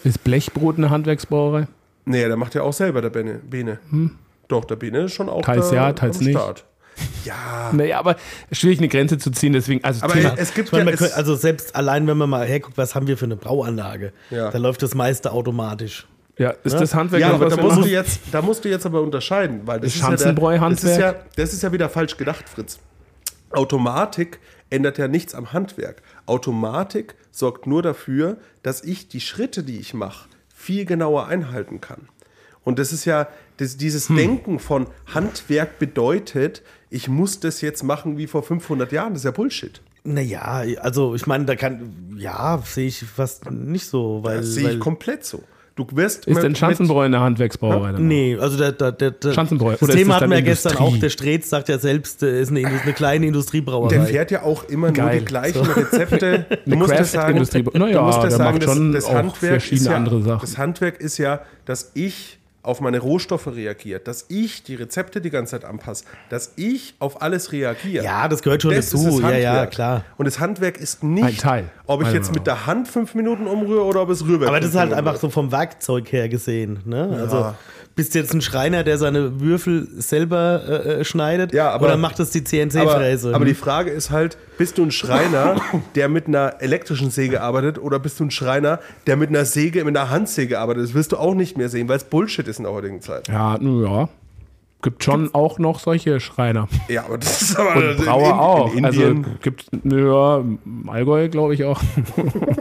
B: Ist Blechbrot eine Handwerksbrauerei?
D: Nee, der macht ja auch selber, der Bene. Bene. Doch, der Bene ist schon auch
B: Hm. Teils
D: da
B: ja, teils nicht.
D: Ja.
B: Naja, aber schwierig eine Grenze zu ziehen, deswegen, also
D: Ah. Aber
B: Thema,
D: es gibt
C: Ich meine,
D: ja.
C: man
D: Es,
C: könnte, also selbst allein, wenn man mal herguckt, was haben wir für eine Brauanlage,
D: Ja.
C: da läuft das meiste automatisch.
B: ja, ist das Handwerk,
D: ja,
B: noch,
D: aber
B: was
D: da
B: wir
D: musst, du
B: machen?
D: jetzt, da musst du jetzt aber unterscheiden, weil
B: Das
D: das ist, ja der, das,
B: Schanzenbräu-Handwerk.
D: ist ja, das ist ja wieder falsch gedacht, Fritz. Automatik ändert ja nichts am Handwerk. Automatik sorgt nur dafür, dass ich die Schritte, die ich mache, viel genauer einhalten kann. Und das ist ja das,
B: Hm.
D: dieses Denken von Handwerk bedeutet, ich muss das jetzt machen wie vor 500 Jahren. Das ist ja Bullshit.
C: Naja, also ich meine, da kann, ja, sehe ich fast nicht so, weil.
D: Das sehe
C: weil
D: ich komplett so. Du wirst
B: Ist
D: mit-
B: denn Schanzenbräu eine Handwerksbrauerei? dann?
C: Nee, also der, der, der, der
B: Schanzenbräu.
C: Das
B: Oder ist
C: Thema
B: das
C: hatten
B: dann
C: wir ja gestern
B: Industrie?
C: auch. Der Streetz sagt ja selbst, äh, ist eine, Indus- eine kleine Industriebrauerei.
D: Der fährt ja auch immer nur
B: Geil.
D: die gleichen
B: (laughs)
D: Rezepte. Du musst ja sagen,
B: Craft-Industrie- Naja,
D: du musst ja
B: der
D: sagen,
B: macht schon
D: das,
B: auch
D: das Handwerk ist
B: verschiedene
D: ja,
B: andere Sachen.
D: Das Handwerk ist ja, dass ich auf meine Rohstoffe reagiere, dass ich die Rezepte die ganze Zeit anpasse, dass ich auf alles reagiere.
C: Ja, das gehört schon
D: ist
C: dazu.
D: das
C: Ja, ja,
D: Handwerk.
C: klar.
D: Und das Handwerk ist nicht,
B: Ein Teil.
D: ob ich
B: Also.
D: jetzt mit der Hand fünf Minuten umrühre oder ob es rüber
C: Aber das ist halt einfach so vom Werkzeug her gesehen. Ne? Also bist jetzt ein Schreiner, der seine Würfel selber äh, äh, schneidet
D: Ja, aber-
C: oder macht das die CNC-Fräse?
D: Aber, aber die
C: Hm?
D: Frage ist halt, bist du ein Schreiner, der mit einer elektrischen Säge arbeitet oder bist du ein Schreiner, der mit einer Säge, mit einer Handsäge arbeitet? Das wirst du auch nicht mehr sehen, weil es Bullshit ist in der heutigen Zeit.
B: Ja, nu, ja. Gibt schon auch noch solche Schreiner.
D: Ja, aber das ist aber
B: Und Brauer auch. also gibt ja, im Allgäu glaube ich auch. (laughs)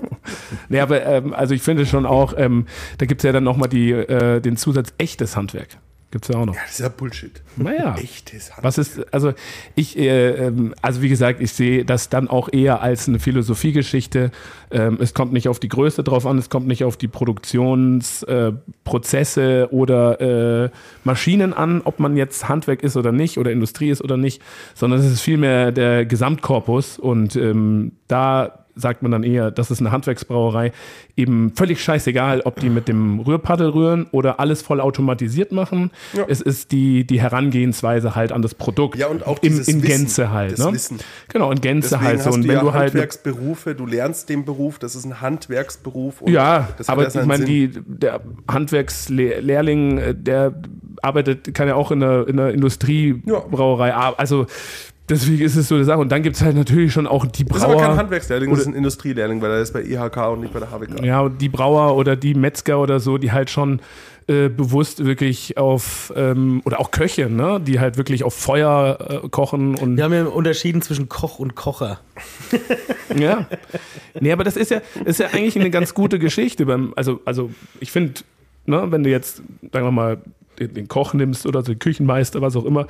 B: nee, aber ähm, also ich finde schon auch, ähm, da gibt es ja dann nochmal die, äh, den Zusatz echtes Handwerk. Gibt es ja auch noch.
D: das ist ja Bullshit.
B: Naja.
D: Echtes Handwerk.
B: Was ist, also ich, äh, ähm, also wie gesagt, ich sehe das dann auch eher als eine Philosophiegeschichte. Ähm, es kommt nicht auf die Größe drauf an, es kommt nicht auf die Produktionsprozesse äh, Prozesse oder äh, Maschinen an, ob man jetzt Handwerk ist oder nicht oder Industrie ist oder nicht, sondern es ist vielmehr der Gesamtkorpus und ähm, da sagt man dann eher, das ist eine Handwerksbrauerei, eben völlig scheißegal, ob die mit dem Rührpaddel rühren oder alles voll automatisiert machen.
D: Ja.
B: Es ist die, die Herangehensweise halt an das Produkt.
D: Ja, und auch
B: in,
D: dieses
B: in
D: Wissen,
B: Gänze halt.
D: das
B: Ne?
D: Wissen.
B: Genau, in Gänze
D: Deswegen
B: halt. So.
D: hast
B: Und
D: du
B: wenn
D: ja
B: du halt eine
D: Handwerksberufe, du lernst den Beruf, das ist ein Handwerksberuf. und
B: ja,
D: das hat
B: aber
D: ja
B: ich
D: seinen
B: meine,
D: Sinn.
B: die, der Handwerkslehrling, äh, der arbeitet, kann ja auch in einer, in einer Industriebrauerei arbeiten. Also deswegen ist es so eine Sache. Und dann gibt es halt natürlich schon auch die
D: Das ist aber kein
B: Brauer.
D: Handwerkslehrling, das ist ein Industrielehrling, weil er ist bei IHK und nicht bei der HWK.
B: Ja, und die Brauer oder die Metzger oder so, die halt schon äh, bewusst wirklich auf, ähm, oder auch Köche, ne? die halt wirklich auf Feuer äh, kochen und
C: wir haben ja unterschieden zwischen Koch und Kocher.
B: Ja. Nee, aber das ist ja, ist ja eigentlich eine ganz gute Geschichte. Beim, also, also ich finde, ne, wenn du jetzt, sagen wir mal, den, den Koch nimmst oder so den Küchenmeister, was auch immer,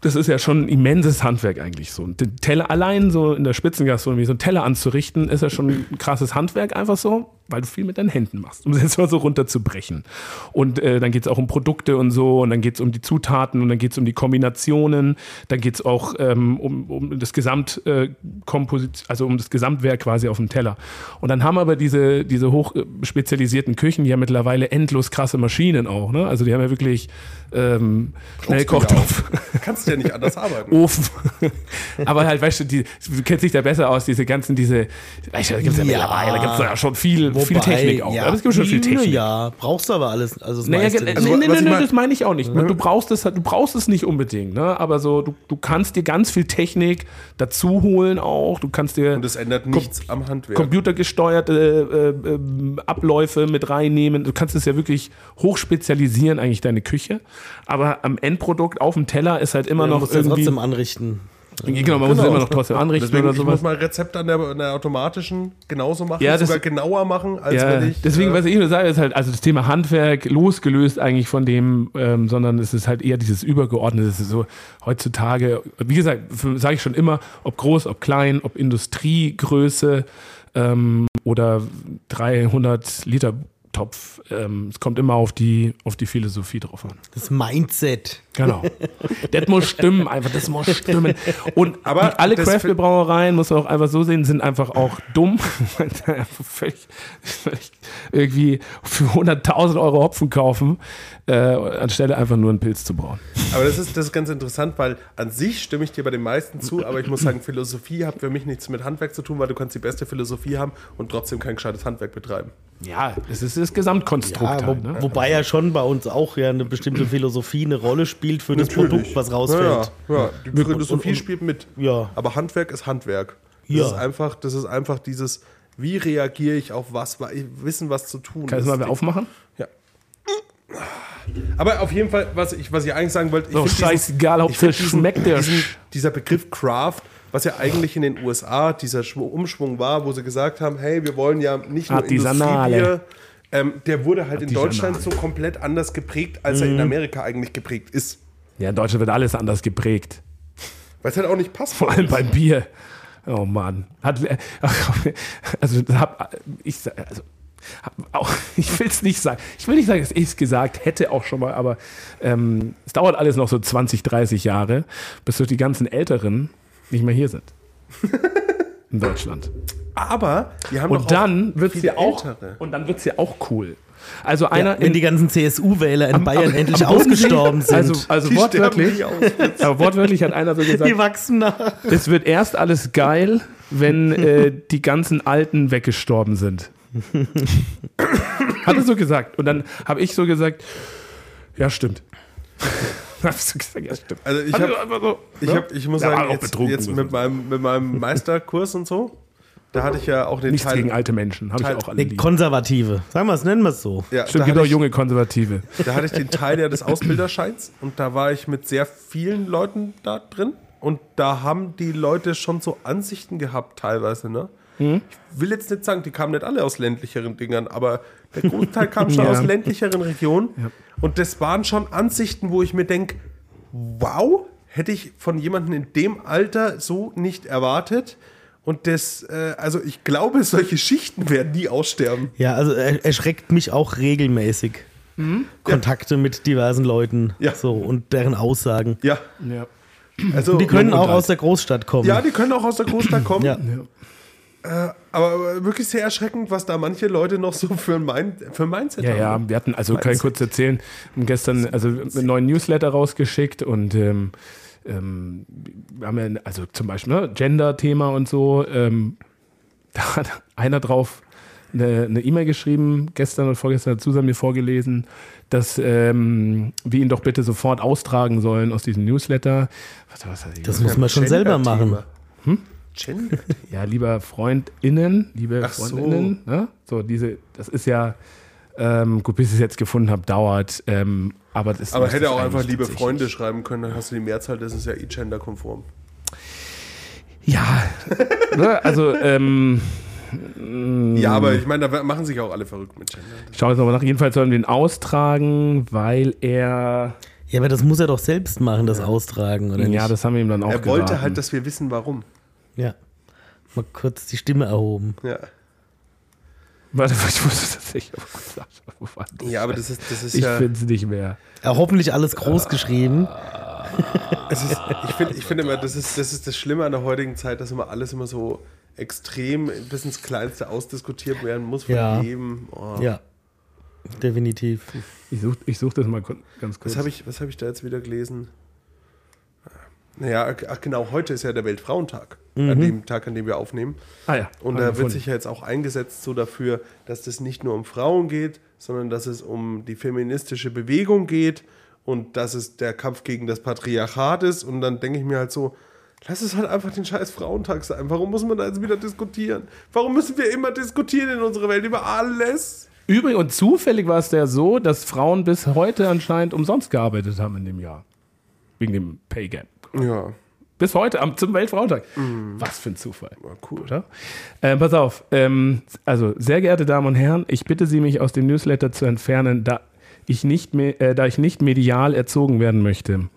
B: das ist ja schon ein immenses Handwerk eigentlich so. Und Den Teller allein so in der Spitzengastronomie, so einen Teller anzurichten, ist ja schon ein krasses Handwerk einfach so, weil du viel mit deinen Händen machst, um (laughs) es jetzt mal so runterzubrechen. Und äh, dann geht es auch um Produkte und so, und dann geht es um die Zutaten und dann geht es um die Kombinationen, dann geht es auch ähm, um, um das Gesamt, äh, Komposit- also um das Gesamtwerk quasi auf dem Teller. Und dann haben aber diese, diese hoch äh, spezialisierten Küchen, die ja mittlerweile endlos krasse Maschinen auch, ne? Also die haben ja wirklich ähm, Schnellkochtopf.
D: Kannst du ja nicht anders arbeiten.
B: Ofen. (laughs) Aber halt, weißt du, die, du kennst dich da besser aus, diese ganzen, diese, weißt du, da gibt es ja,
C: Ja.
B: mittlerweile, da gibt es ja schon viel, viel
C: Wobei,
B: Technik auch.
C: Ja, Hm,
B: Aber es gibt schon viel Technik.
C: Ja, brauchst du aber alles. Also das
B: Naja, ne,
C: meiste
B: ge-
C: nicht.
B: nee, nee,
D: was
B: nee,
D: ich
B: nee,
D: mein-
B: das meine ich auch nicht.
C: Hm?
B: Du brauchst es, halt- du brauchst es nicht unbedingt, ne? Aber so, du, du kannst dir ganz viel Technik dazu holen auch. Du kannst dir
D: Und das ändert nichts am Handwerk.
B: computergesteuerte äh, ähm, Abläufe mit reinnehmen. Du kannst es ja wirklich hochspezialisieren, eigentlich deine Küche. Aber am Endprodukt auf dem Teller ist halt immer
C: Man
B: noch
C: muss das
B: irgendwie.
C: trotzdem anrichten.
B: Genau, man muss es immer noch trotzdem anrichten
D: Deswegen,
B: oder
D: ich muss
B: sowas.
D: mal Rezepte an der, an der automatischen genauso machen,
B: Ja, das-
D: sogar genauer machen, als
B: Ja,
D: wenn ich.
B: deswegen,
D: äh,
B: was ich nur sage, ist halt, also das Thema Handwerk losgelöst eigentlich von dem, ähm, sondern es ist halt eher dieses Übergeordnete, es ist so heutzutage, wie gesagt, sage ich schon immer, ob groß, ob klein, ob Industriegröße ähm, oder 300 Liter Topf, ähm, es kommt immer auf die, auf die Philosophie drauf an.
C: Das Mindset.
B: Genau. das muss stimmen, einfach, das muss stimmen. Und
D: (laughs) Aber
B: aber alle
D: das fi-
B: Craft-Brauereien, muss man auch einfach so sehen, sind einfach auch dumm. (laughs) Weil da einfach völlig, völlig irgendwie für 100.000 Euro Hopfen kaufen, äh, anstelle einfach nur einen Pilz zu brauen.
D: Aber das ist, das ist ganz interessant, weil an sich stimme ich dir bei den meisten zu, aber ich muss sagen, Philosophie hat für mich nichts mit Handwerk zu tun, weil du kannst die beste Philosophie haben und trotzdem kein gescheites Handwerk betreiben.
B: Ja, es ist das Gesamtkonstrukt.
C: Ja, Ah, wo,
B: halt, ne?
C: Wobei ja schon bei uns auch ja eine bestimmte Philosophie eine Rolle spielt für das Produkt, was rausfällt.
D: Ja, ja. Die Philosophie
C: und-
D: spielt mit.
C: Ja.
D: Aber Handwerk ist Handwerk. Das
C: Ja.
D: ist einfach, das ist einfach dieses, wie reagiere ich auf was, weil ich wissen, was zu tun
B: Kannst du mal wieder
D: ist.
B: aufmachen?
D: Ja. Aber auf jeden Fall, was ich, was ich eigentlich sagen wollte, ich
B: So,
D: find diesen-
B: scheißegal,
D: ich find
B: Hauptsache
D: diesen-
B: schmeckt der
D: diesen,
B: Sch-
D: dieser Begriff Craft, was ja eigentlich in den USA dieser Schw- Umschwung war, wo sie gesagt haben, hey, wir wollen ja nicht nur
B: Artisanale.
D: Industriebier, ähm, der wurde halt in
B: Artisanale.
D: Deutschland so komplett anders geprägt, als er in Amerika eigentlich geprägt ist.
B: Ja, in Deutschland wird alles anders geprägt.
D: Weil es halt auch nicht passt.
B: Vor allem beim Bier. Oh Mann. Hat, äh, also, hab, ich, sa- also hab, auch, (laughs) ich will es nicht sagen. Ich will nicht sagen, dass ich es gesagt hätte auch schon mal, aber ähm, es dauert alles noch so 20, 30 Jahre, bis so die ganzen Älteren nicht mehr hier
D: (laughs)
B: sind. In Deutschland.
D: Aber die haben doch
B: Und dann
D: auch
B: wird es
D: viele
B: ja auch,
D: Ältere.
B: und dann wird's ja auch cool. Also einer
C: Wenn
B: in
C: die ganzen CSU-Wähler in Bayern
B: am-
C: endlich
B: am Bodensee-
C: ausgestorben sind.
B: Also, also
D: (laughs) Die sterben
B: wortwörtlich,
D: nicht aus. ne?
B: aber wortwörtlich hat einer so gesagt,
C: die wachsen nach.
B: es wird erst alles geil, wenn äh, die ganzen Alten weggestorben sind. hat er so gesagt. Und dann habe ich so gesagt, ja, stimmt. (laughs) Hast du gesagt, ja, stimmt.
D: Also ich
B: Hat er
D: hab-
B: so einfach so,
D: Ich,
B: ne?
D: hab, ich muss
B: Da war
D: sagen,
B: er auch
D: jetzt,
B: betrunken
D: jetzt
B: gewesen.
D: mit, meinem, mit meinem Meisterkurs und so, da hatte ich ja auch den
B: nichts
D: Teil.
B: gegen alte Menschen, habe ich
D: Teil-
B: auch alle
C: Nee,
B: lieb.
C: Konservative. Sagen wir es, nennen wir es so.
D: ja, da,
B: Stimmt, gibt
D: hatte
B: auch
D: ich,
B: junge Konservative.
D: da hatte ich den Teil ja des Ausbilderscheins und da war ich mit sehr vielen Leuten da drin und da haben die Leute schon so Ansichten gehabt teilweise, ne?
C: Hm?
D: Ich will jetzt nicht sagen, die kamen nicht alle aus ländlicheren Dingern, aber der Großteil kam schon
C: (laughs)
B: Ja.
D: aus ländlicheren Regionen und das waren schon Ansichten, wo ich mir denke, wow, hätte ich von jemandem in dem Alter so nicht erwartet. Und das, äh, also ich glaube, solche Schichten werden nie aussterben.
C: Ja, also er, erschreckt mich auch regelmäßig. Kontakte mit diversen Leuten
D: Ja.
C: so und deren Aussagen.
D: Ja,
B: Ja.
D: also.
C: Die können auch
B: alt.
C: aus der Großstadt kommen.
D: Ja, die können auch aus der Großstadt kommen.
C: Ja.
D: Aber äh, wirklich sehr erschreckend, was da manche Leute noch so für ein, Mind für ein Mindset
B: Ja,
D: haben.
B: ja, wir hatten, also kann ich
D: Mindset.
B: kurz erzählen, wir haben gestern also einen neuen Newsletter rausgeschickt und ähm, ähm, wir haben ja, also zum Beispiel ne, Gender-Thema und so, ähm, (laughs) da hat einer drauf eine eine E-Mail geschrieben, gestern und vorgestern hat Susan mir vorgelesen, dass ähm, wir ihn doch bitte sofort austragen sollen aus diesem Newsletter. Was, was hat die
C: Das muss man schon selber
D: Gender-Thema.
C: machen. Hm?
D: Gender.
B: ja, lieber FreundInnen, liebe
D: Ach so.
B: FreundInnen, ne? so diese, das ist ja, ähm, gut, bis ich es jetzt gefunden habe, dauert, ähm, aber das
D: Aber
B: das
D: hätte
B: ist
D: auch einfach
B: eigentlich
D: liebe
B: tatsächlich-
D: Freunde schreiben können, dann hast du die Mehrzahl, das ist ja eh genderkonform.
B: Ja, ne? also ähm,
C: Hm.
D: Ja, aber ich meine, da machen sich auch alle verrückt mit Gender.
B: ich schaue jetzt nochmal nach, jedenfalls sollen wir ihn austragen, weil er,
C: Ja, aber das muss er doch selbst machen, das Austragen, oder nicht?
B: ja, das haben wir ihm dann auch
D: Er wollte
B: geraten.
D: halt, dass wir wissen, warum.
C: ja. Mal kurz die Stimme erhoben.
D: Ja,
B: Warte, ich wusste das nicht. aber gut, sag schon, wo war das?
D: ja aber das ist, das ist
B: ich
D: ja.
B: finde es nicht mehr.
C: Ja, hoffentlich alles
D: Ah.
C: groß geschrieben.
D: Es ist, ich finde ich find immer, das ist, das ist das Schlimme an der heutigen Zeit, dass immer alles immer so extrem bis ins Kleinste ausdiskutiert werden muss von
C: Ja.
D: jedem. Oh.
C: Ja. Definitiv.
B: Ich suche ich such das mal kur- ganz kurz.
D: Was habe ich, was hab ich da jetzt wieder gelesen? Ah, Naja, ach genau, heute ist ja der Weltfrauentag, an dem Tag, an dem wir aufnehmen.
B: ah ja,
D: Und
B: hab
D: da
B: ich
D: wird
B: gefunden.
D: sich ja jetzt auch eingesetzt so dafür, dass das nicht nur um Frauen geht, sondern dass es um die feministische Bewegung geht und dass es der Kampf gegen das Patriarchat ist. Und dann denke ich mir halt so, lass es halt einfach den scheiß Frauentag sein. Warum muss man da jetzt wieder diskutieren? Warum müssen wir immer diskutieren in unserer Welt über alles?
B: Übrigens, und zufällig war es ja so, dass Frauen bis heute anscheinend umsonst gearbeitet haben in dem Jahr. Wegen dem Pay Gap.
D: Ja,
B: Bis heute, am, zum Weltfrauentag. Was für ein Zufall.
D: cool.
B: Oder? Ähm, pass auf. Ähm, also, sehr geehrte Damen und Herren, ich bitte Sie, mich aus dem Newsletter zu entfernen, da ich nicht, me äh, da ich nicht medial erzogen werden möchte.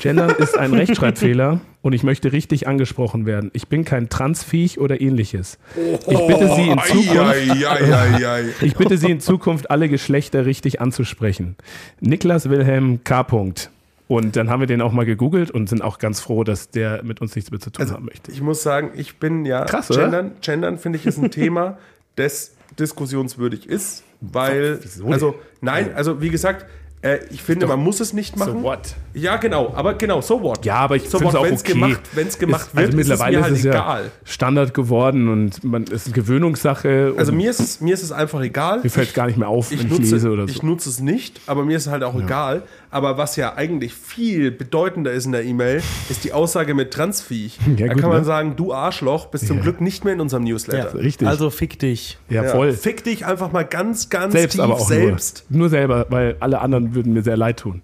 B: Gendern ist ein Rechtschreibfehler und ich möchte richtig angesprochen werden. Ich bin kein Transviech oder ähnliches. Ich bitte Sie
D: Oh,
B: in Zukunft...
D: Zukunft.
B: Ich bitte Sie in Zukunft alle Geschlechter richtig anzusprechen. Niklas Wilhelm K. Punkt. Und dann haben wir den auch mal gegoogelt und sind auch ganz froh, dass der mit uns nichts mehr zu tun haben möchte.
D: Ich muss sagen, ich bin ja.
B: Krass, oder?
D: Gendern, Gendern finde ich ist
B: (laughs)
D: ein Thema, das diskussionswürdig ist, weil.
B: Wieso denn?
D: also, nein, also wie gesagt, Äh, ich finde, man muss es nicht machen.
B: So what?
D: Ja, genau, aber genau, so what?
B: Ja, aber ich
D: so
B: finde es auch
D: wenn's
B: okay.
D: Gemacht, wenn's gemacht
B: ist,
D: wird,
B: also mittlerweile
D: ist es mir halt
B: ist es
D: egal.
B: ja Standard geworden und man es ist Gewöhnungssache.
D: Also
B: und
D: mir ist, es, mir ist es einfach egal.
B: Mhm. mir fällt gar nicht mehr auf, wenn ich lese oder so.
D: ich nutze es nicht, aber mir ist es halt auch egal. Aber was ja eigentlich viel bedeutender ist in der E-Mail, ist die Aussage mit Transviech.
B: (laughs) Ja,
D: da
B: gut,
D: kann man
B: ne?
D: sagen, du Arschloch bist zum
B: Ja.
D: Glück nicht mehr in unserem Newsletter.
B: richtig.
C: Also fick dich.
B: ja,
D: Ja,
B: voll.
D: Fick dich einfach mal ganz, ganz
B: Selbst
D: tief
B: aber auch
D: selbst.
B: Nur, nur selber, weil alle anderen würden mir sehr leid tun.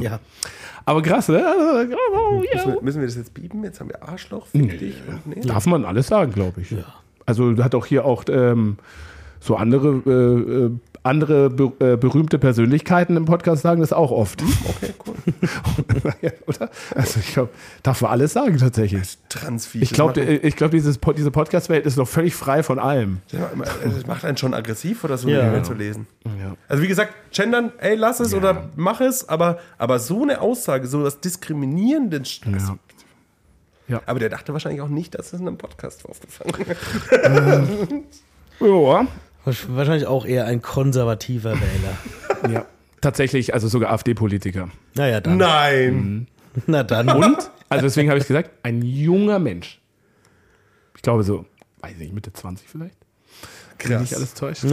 C: Ja.
B: Aber krass, ne? Also, oh, ja.
D: Müssen wir, müssen wir das jetzt bieben? Jetzt haben wir Arschloch, fick dich. Und nee.
B: Darf man alles sagen, glaube ich. Also hat auch hier auch ähm, so andere, äh, äh, andere be äh, berühmte Persönlichkeiten im Podcast sagen das auch oft.
D: Hm, Okay, cool.
B: (laughs) Oder? Also ich glaube, darf man alles sagen tatsächlich.
D: Transviech.
B: Ich glaube,
D: das, macht-
B: ich glaub, dieses Pod- diese Podcast-Welt ist noch völlig frei von allem.
D: äh, das macht einen schon aggressiv oder so,
C: Ja.
D: eine E-Mail zu lesen. Also wie gesagt, gendern, ey, lass es oder mach es, aber, aber so eine Aussage, so was diskriminierenden Sch- also,
B: Ja.
D: Aber der dachte wahrscheinlich auch nicht, dass es in einem Podcast aufgefangen wird.
B: Ja.
C: Wahrsch- Wahrscheinlich auch eher ein konservativer
D: (laughs)
C: Wähler.
B: ja. Tatsächlich, also sogar AfD-Politiker.
C: Naja, dann.
D: Nein.
B: Mhm.
C: Na dann.
D: (laughs)
B: Und? Also deswegen habe ich gesagt, ein junger Mensch. Ich glaube so, weiß nicht, Mitte 20 vielleicht. Wenn
D: Krass.
B: Nicht alles täuscht.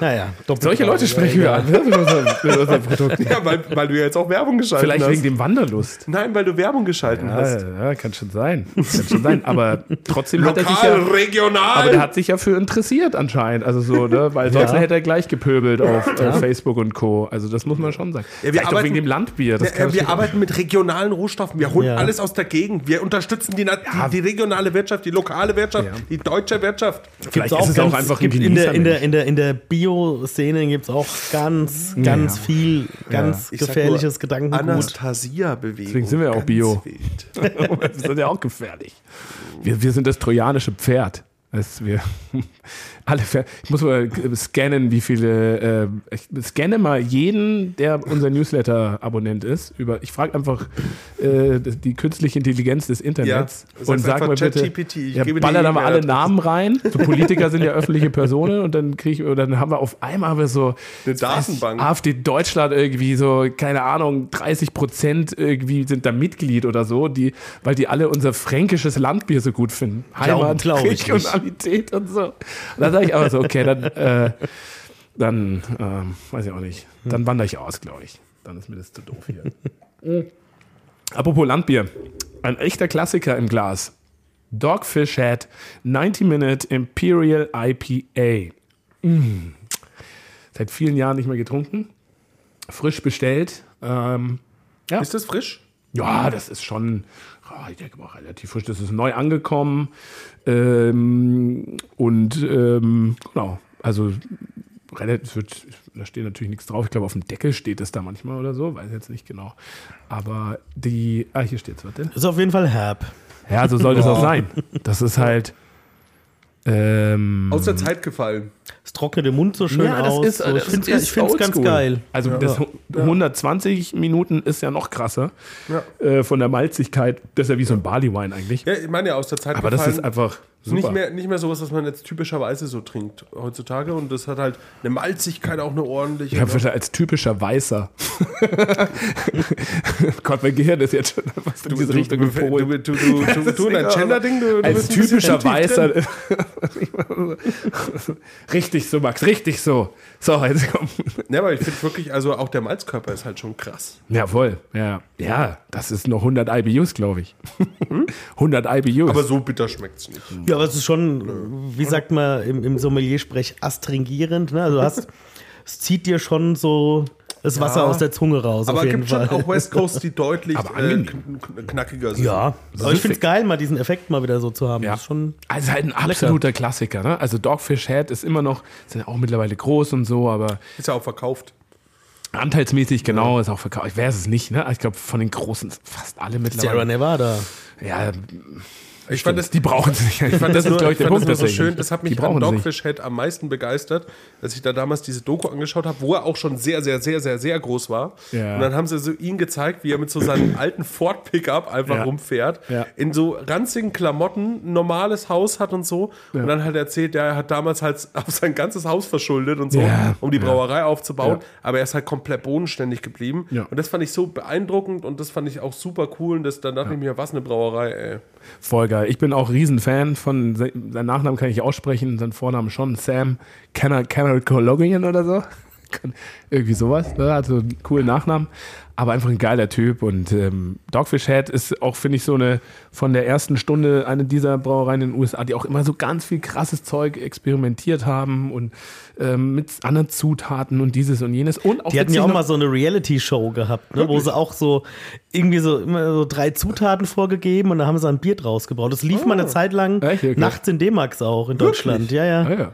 C: Naja, doppelt.
B: Solche Leute sprechen wir an. ne, mit unserem- mit unserem Produkt.
D: Ja, weil, weil du ja jetzt auch Werbung geschalten
B: Vielleicht
D: hast.
B: wegen dem Wanderlust.
D: Nein, weil du Werbung geschalten hast.
B: Ja, ja, kann schon sein. Kann schon sein. Aber trotzdem hat er sich
D: Lokal,
B: ja, aber der
D: regional.
B: hat sich ja für interessiert anscheinend. Also so, ne? Weil sonst
C: Ja.
B: hätte er gleich gepöbelt auf äh, Facebook und Co. Also das muss man schon sagen.
D: wir
B: Vielleicht auch
D: arbeiten-
B: wegen dem Landbier. Das kann
D: Ja, Äh, wir
B: natürlich-
D: arbeiten mit regionalen Rohstoffen. Wir holen
C: Ja.
D: alles aus der Gegend. Wir unterstützen die, Na- die, die regionale Wirtschaft, die lokale Wirtschaft,
B: Ja.
D: die deutsche Wirtschaft.
B: Vielleicht ist es auch einfach ein
C: gibt in der, in
B: Genießermensch.
C: der, in der, in der Bio-Szene gibt es auch ganz, ganz
B: Ja.
C: viel, ganz
D: Ich sag nur,
C: gefährliches Gedankengut.
D: Anastasia-Bewegung.
B: Deswegen sind wir ja auch
D: Ganz
B: Bio.
D: wild.
B: (laughs) Wir sind ja auch gefährlich. Wir, wir sind das trojanische Pferd. Das wir (laughs) alle Pferde. Ich muss mal scannen, wie viele. Äh, ich scanne mal jeden, der unser Newsletter-Abonnent ist. Über, ich frage einfach äh, die künstliche Intelligenz des Internets
D: Ja, sag
B: und sag
D: einfach
B: mal bitte.
D: ChatGPT, ich
B: ja,
D: gebe dir
B: ballert
D: die
B: aber alle
D: E-Mail-Adresse.
B: Namen rein. So Politiker sind ja öffentliche Personen und dann kriege ich, oder dann haben wir auf einmal haben wir so
D: Eine Datenbank.
B: AfD Deutschland irgendwie so, keine Ahnung, 30 Prozent irgendwie sind da Mitglied oder so, die, weil die alle unser fränkisches Landbier so gut finden.
C: Glauben,
B: Heimat,
C: glaub ich nicht.
B: Regionalität und so. Und dann sage ich aber so, okay, dann, äh, dann ähm, weiß ich auch nicht. Dann wandere ich aus, glaube ich. Dann ist mir das zu doof hier. (laughs) Apropos Landbier. Ein echter Klassiker im Glas. Dogfish Head 90 Minute Imperial IPA. Mm. Seit vielen Jahren nicht mehr getrunken. Frisch bestellt. Ähm,
D: Ist das frisch?
B: ja, das ist schon, ah, ich denke mal, relativ frisch. Das ist neu angekommen. Ähm, und ähm, genau, also relativ, es wird, da steht natürlich nichts drauf. Ich glaube, auf dem Deckel steht es da manchmal oder so, weiß jetzt nicht genau. Aber die, ah, hier steht es, warte.
C: Ist auf jeden Fall herb.
B: Ja, so soll das auch sein. Das ist halt. Ähm,
D: Aus der Zeit gefallen.
C: Es trocknet im Mund so schön
B: Ja, das
C: aus.
B: ist-
C: so. ich
B: das
C: finde
B: ist
C: es ganz
B: oldschool.
C: geil.
B: Also das hu- 120 Minuten ist ja noch krasser äh, von der Malzigkeit. Das ist ja wie so ein Barley Wine eigentlich.
D: Ja, ich meine ja, aus der Zeit
B: Aber das
D: gefallen.
B: ist einfach
D: Ist
B: super.
D: Nicht mehr, nicht mehr sowas, was man jetzt typischerweise so trinkt heutzutage. Und das hat halt eine Malzigkeit, auch eine ordentliche. ne?
B: Ich habe verstanden, als typischer Weißer. (laughs) Gott, mein Gehirn ist jetzt schon fast in
D: du,
B: diese
D: du,
B: Richtung (laughs)
D: du, du,
B: gepolt.
D: du, du, du, du, du,
B: egal.
D: ein Gender-Ding, du, du
B: Als
D: bist ein bisschen
B: typischer
D: tief drin.
B: Weißer. (laughs) richtig so, Max, richtig so. So, jetzt komm.
D: Ja, aber ich finde wirklich, also auch der Malzkörper ist halt schon krass.
B: Ja, voll. Ja, ja das ist noch 100 IBUs, glaube ich. (laughs) 100 IBUs.
D: Hm? Aber so bitter schmeckt es nicht.
C: Ja, aber es ist schon, wie sagt man im, im Sommelier-Sprech, astringierend. Ne? Also du hast, es zieht dir schon so das Wasser aus der Zunge raus.
D: Aber
C: auf
D: es
C: jeden
D: gibt
C: Fall. (laughs)
D: schon auch West Coast, die deutlich
B: Aber
D: äh,
B: angenehm.
D: kn- kn- knackiger sind.
C: ja, aber ich finde es geil, mal diesen Effekt mal wieder so zu haben.
B: ja.
C: Das ist schon
B: also halt ein absoluter Klassiker. Ne? Also Dogfish Head ist immer noch, ist ja auch mittlerweile groß und so, aber
D: Ist ja auch verkauft.
B: anteilsmäßig genau ist auch verkauft. Ich weiß es nicht. Ne? Ich glaube, von den Großen sind fast alle mittlerweile.
C: Sierra Nevada.
B: Ja,
D: Ich fand, das,
B: Die brauchen sie (laughs) nicht.
D: ich fand das,
B: ist,
D: nur,
B: glaub
D: ich fand das nur so
B: tatsächlich.
D: schön. Das hat
B: Die
D: mich an
B: brauchen sie nicht.
D: Dogfish Head am meisten begeistert, als ich da damals diese Doku angeschaut habe, wo er auch schon sehr, sehr, sehr, sehr, sehr groß war.
B: Ja.
D: Und dann haben sie so ihn gezeigt, wie er mit
B: (clears throat)
D: so seinem alten Ford-Pickup einfach
B: Ja.
D: rumfährt,
B: Ja.
D: in so ranzigen Klamotten, ein normales Haus hat und so. Und dann halt erzählt, ja, er hat damals halt (laughs) auf sein ganzes Haus verschuldet und so,
B: Ja.
D: um die
B: Ja.
D: Brauerei aufzubauen.
B: Ja.
D: Aber er ist halt komplett bodenständig geblieben.
B: Ja.
D: Und das fand ich so beeindruckend und das fand ich auch super cool. Und das, dann dachte ich mir, was eine Brauerei, ey.
B: Voll geil. Ich bin auch Riesenfan von, se- seinen Nachnamen kann ich ausprechen, seinen Vornamen schon, Sam Canacologien oder so. (laughs) Kann- Irgendwie sowas, ne? also einen coolen Nachnamen, aber einfach ein geiler Typ und ähm, Dogfish Head ist auch, finde ich, so eine von der ersten Stunde eine dieser Brauereien in den USA, die auch immer so ganz viel krasses Zeug experimentiert haben und ähm, mit anderen Zutaten und dieses und jenes und auch
C: Die hatten ja auch
B: witzig
C: mal so eine Reality-Show gehabt, ne, wo sie auch so irgendwie so immer so drei Zutaten vorgegeben und da haben sie ein Bier draus gebraut. Das lief mal eine Zeit lang
B: Oh. Echt, wirklich?
C: nachts in D-Max auch in Deutschland. Ja, ja.
B: Ah, ja.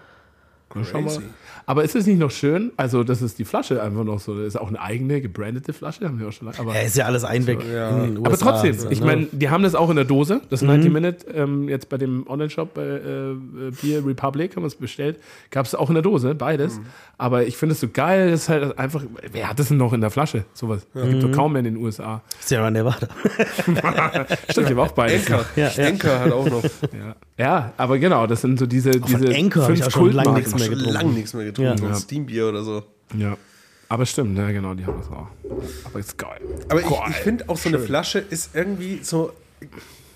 B: Na, schau mal.
D: Crazy.
B: Aber ist es nicht noch schön? Also, das ist die Flasche einfach noch so. Das ist auch eine eigene, gebrandete Flasche, haben wir auch schon lange. Aber,
C: Ja, ist ja alles Einweg. in den
B: aber
C: USA,
B: trotzdem,
C: so,
B: ich
C: ne? Mhm.
B: meine, die haben das auch in der Dose, das 90 Minute, ähm, jetzt bei dem Online-Shop bei äh, äh, Beer Republic haben wir es bestellt, gab es auch in der Dose,
C: Mhm.
B: beides. Aber ich finde es so geil, das ist halt einfach, wer hat das denn noch in der Flasche? Sowas. Das
C: Mhm.
B: gibt es kaum mehr in den USA.
C: Sierra Nevada.
B: (laughs) Stimmt, die haben auch beides.
D: Enker.
C: Ja, ja.
D: Enker hat halt (laughs) auch noch.
B: Ja. ja, aber genau, das sind so diese,
C: von
B: diese
C: Anchor hab ich auch schon
B: Kultmarken.
C: lange nichts mehr
D: Schon
C: getrunken.
D: lange nichts mehr getrunken.
C: Ja.
D: So ein Steambier oder so.
B: Ja. Aber stimmt, ja genau, die haben das auch. Aber ist geil.
D: Aber ich,
B: Geil.
D: ich finde auch so eine Flasche ist irgendwie so.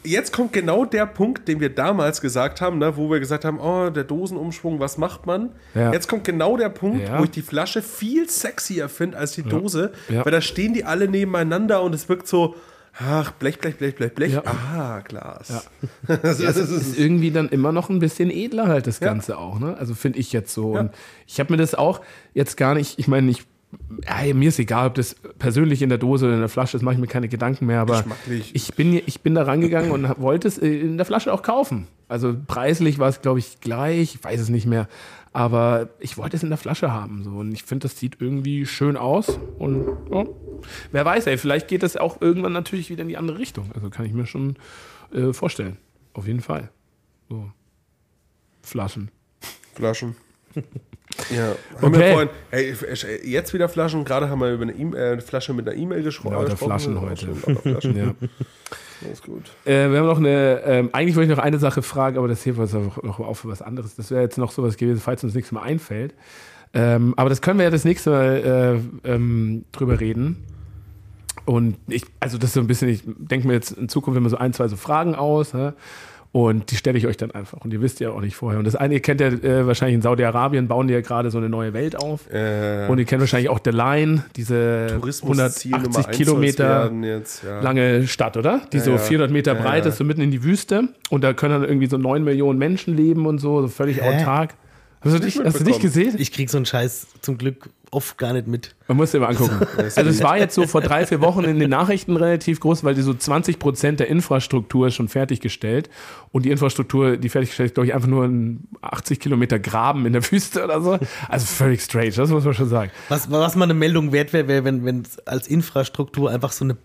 D: Jetzt kommt genau der Punkt, den wir damals gesagt haben, ne, wo wir gesagt haben, oh, der Dosenumschwung, was macht man?
B: Ja.
D: Jetzt kommt genau der Punkt,
B: Ja.
D: wo ich die Flasche viel sexier finde als die Dose,
B: Ja.
D: weil da stehen die alle nebeneinander und es wirkt so, ach, Blech, Blech, Blech, Blech, Blech,
B: Ja.
D: aha, Glas. (laughs) Das ist-
B: Also ist irgendwie dann immer noch ein bisschen edler halt das Ganze auch, ne? Also finde ich jetzt so. Und ich habe mir das auch jetzt gar nicht, ich meine, ich, ey, mir ist egal, ob das persönlich in der Dose oder in der Flasche ist, mache ich mir keine Gedanken mehr, aber
D: Geschmacklich.
B: ich bin, ich bin da rangegangen und hab- wollte es äh, in der Flasche auch kaufen. Also preislich war es, glaube ich, gleich, ich weiß es nicht mehr. Aber ich wollte es in der Flasche haben. So. Und ich finde, das sieht irgendwie schön aus. Und ja, wer weiß, ey, vielleicht geht das auch irgendwann natürlich wieder in die andere Richtung. Also kann ich mir schon äh, vorstellen. Auf jeden Fall. So. Flaschen.
D: Flaschen. (laughs) Ja, haben
B: Okay.
D: wir vorhin, ey, jetzt wieder Flaschen. Gerade haben wir über eine, e äh, eine Flasche mit einer E-Mail geschro-
B: Lauter
D: gesprochen.
B: Flaschen
D: Das war
B: heute.
D: schon lauter
B: (laughs)
D: Flaschen.
B: Ja.
D: Das ist gut.
B: Äh, wir haben noch eine, ähm, eigentlich wollte ich noch eine Sache fragen, aber das heben wir uns auch noch auf für was anderes. Das wäre jetzt noch sowas gewesen, falls uns nichts mehr einfällt. Ähm, aber das können wir ja das nächste Mal äh, ähm, drüber reden. Und ich, also das ist so ein bisschen, ich denke mir jetzt in Zukunft immer so ein, zwei so Fragen aus. Ne? Und die stelle ich euch dann einfach. Und ihr wisst ja auch nicht vorher. Und das eine, ihr kennt ja äh, wahrscheinlich in Saudi-Arabien, bauen die ja gerade so eine neue Welt auf.
D: Äh,
B: Und ihr kennt wahrscheinlich auch The Line, diese
D: Tourismusziel Nummer
B: 180
D: eins
B: Kilometer
D: soll's werden Jetzt, ja.
B: lange Stadt, oder? Die so
D: ja.
B: 400 Meter
D: Ja,
B: breit
D: ja.
B: ist, so mitten in die Wüste. Und da können dann irgendwie so 9 Millionen Menschen leben und so, so völlig autark. Hast du, nicht, hast du nicht gesehen?
C: (laughs) Ich krieg so einen Scheiß zum Glück oft gar nicht mit.
B: Man muss dir mal
D: (laughs)
B: angucken. Also es war jetzt so vor drei, vier Wochen in den Nachrichten relativ groß, weil die so 20 Prozent der Infrastruktur ist schon fertiggestellt. Und die Infrastruktur, die fertiggestellt ist, glaube ich, einfach nur ein 80 Kilometer Graben in der Wüste oder so. Also völlig strange, das muss man schon sagen.
C: Was, was mal eine Meldung wert wäre, wäre, wenn wenn es als Infrastruktur einfach so eine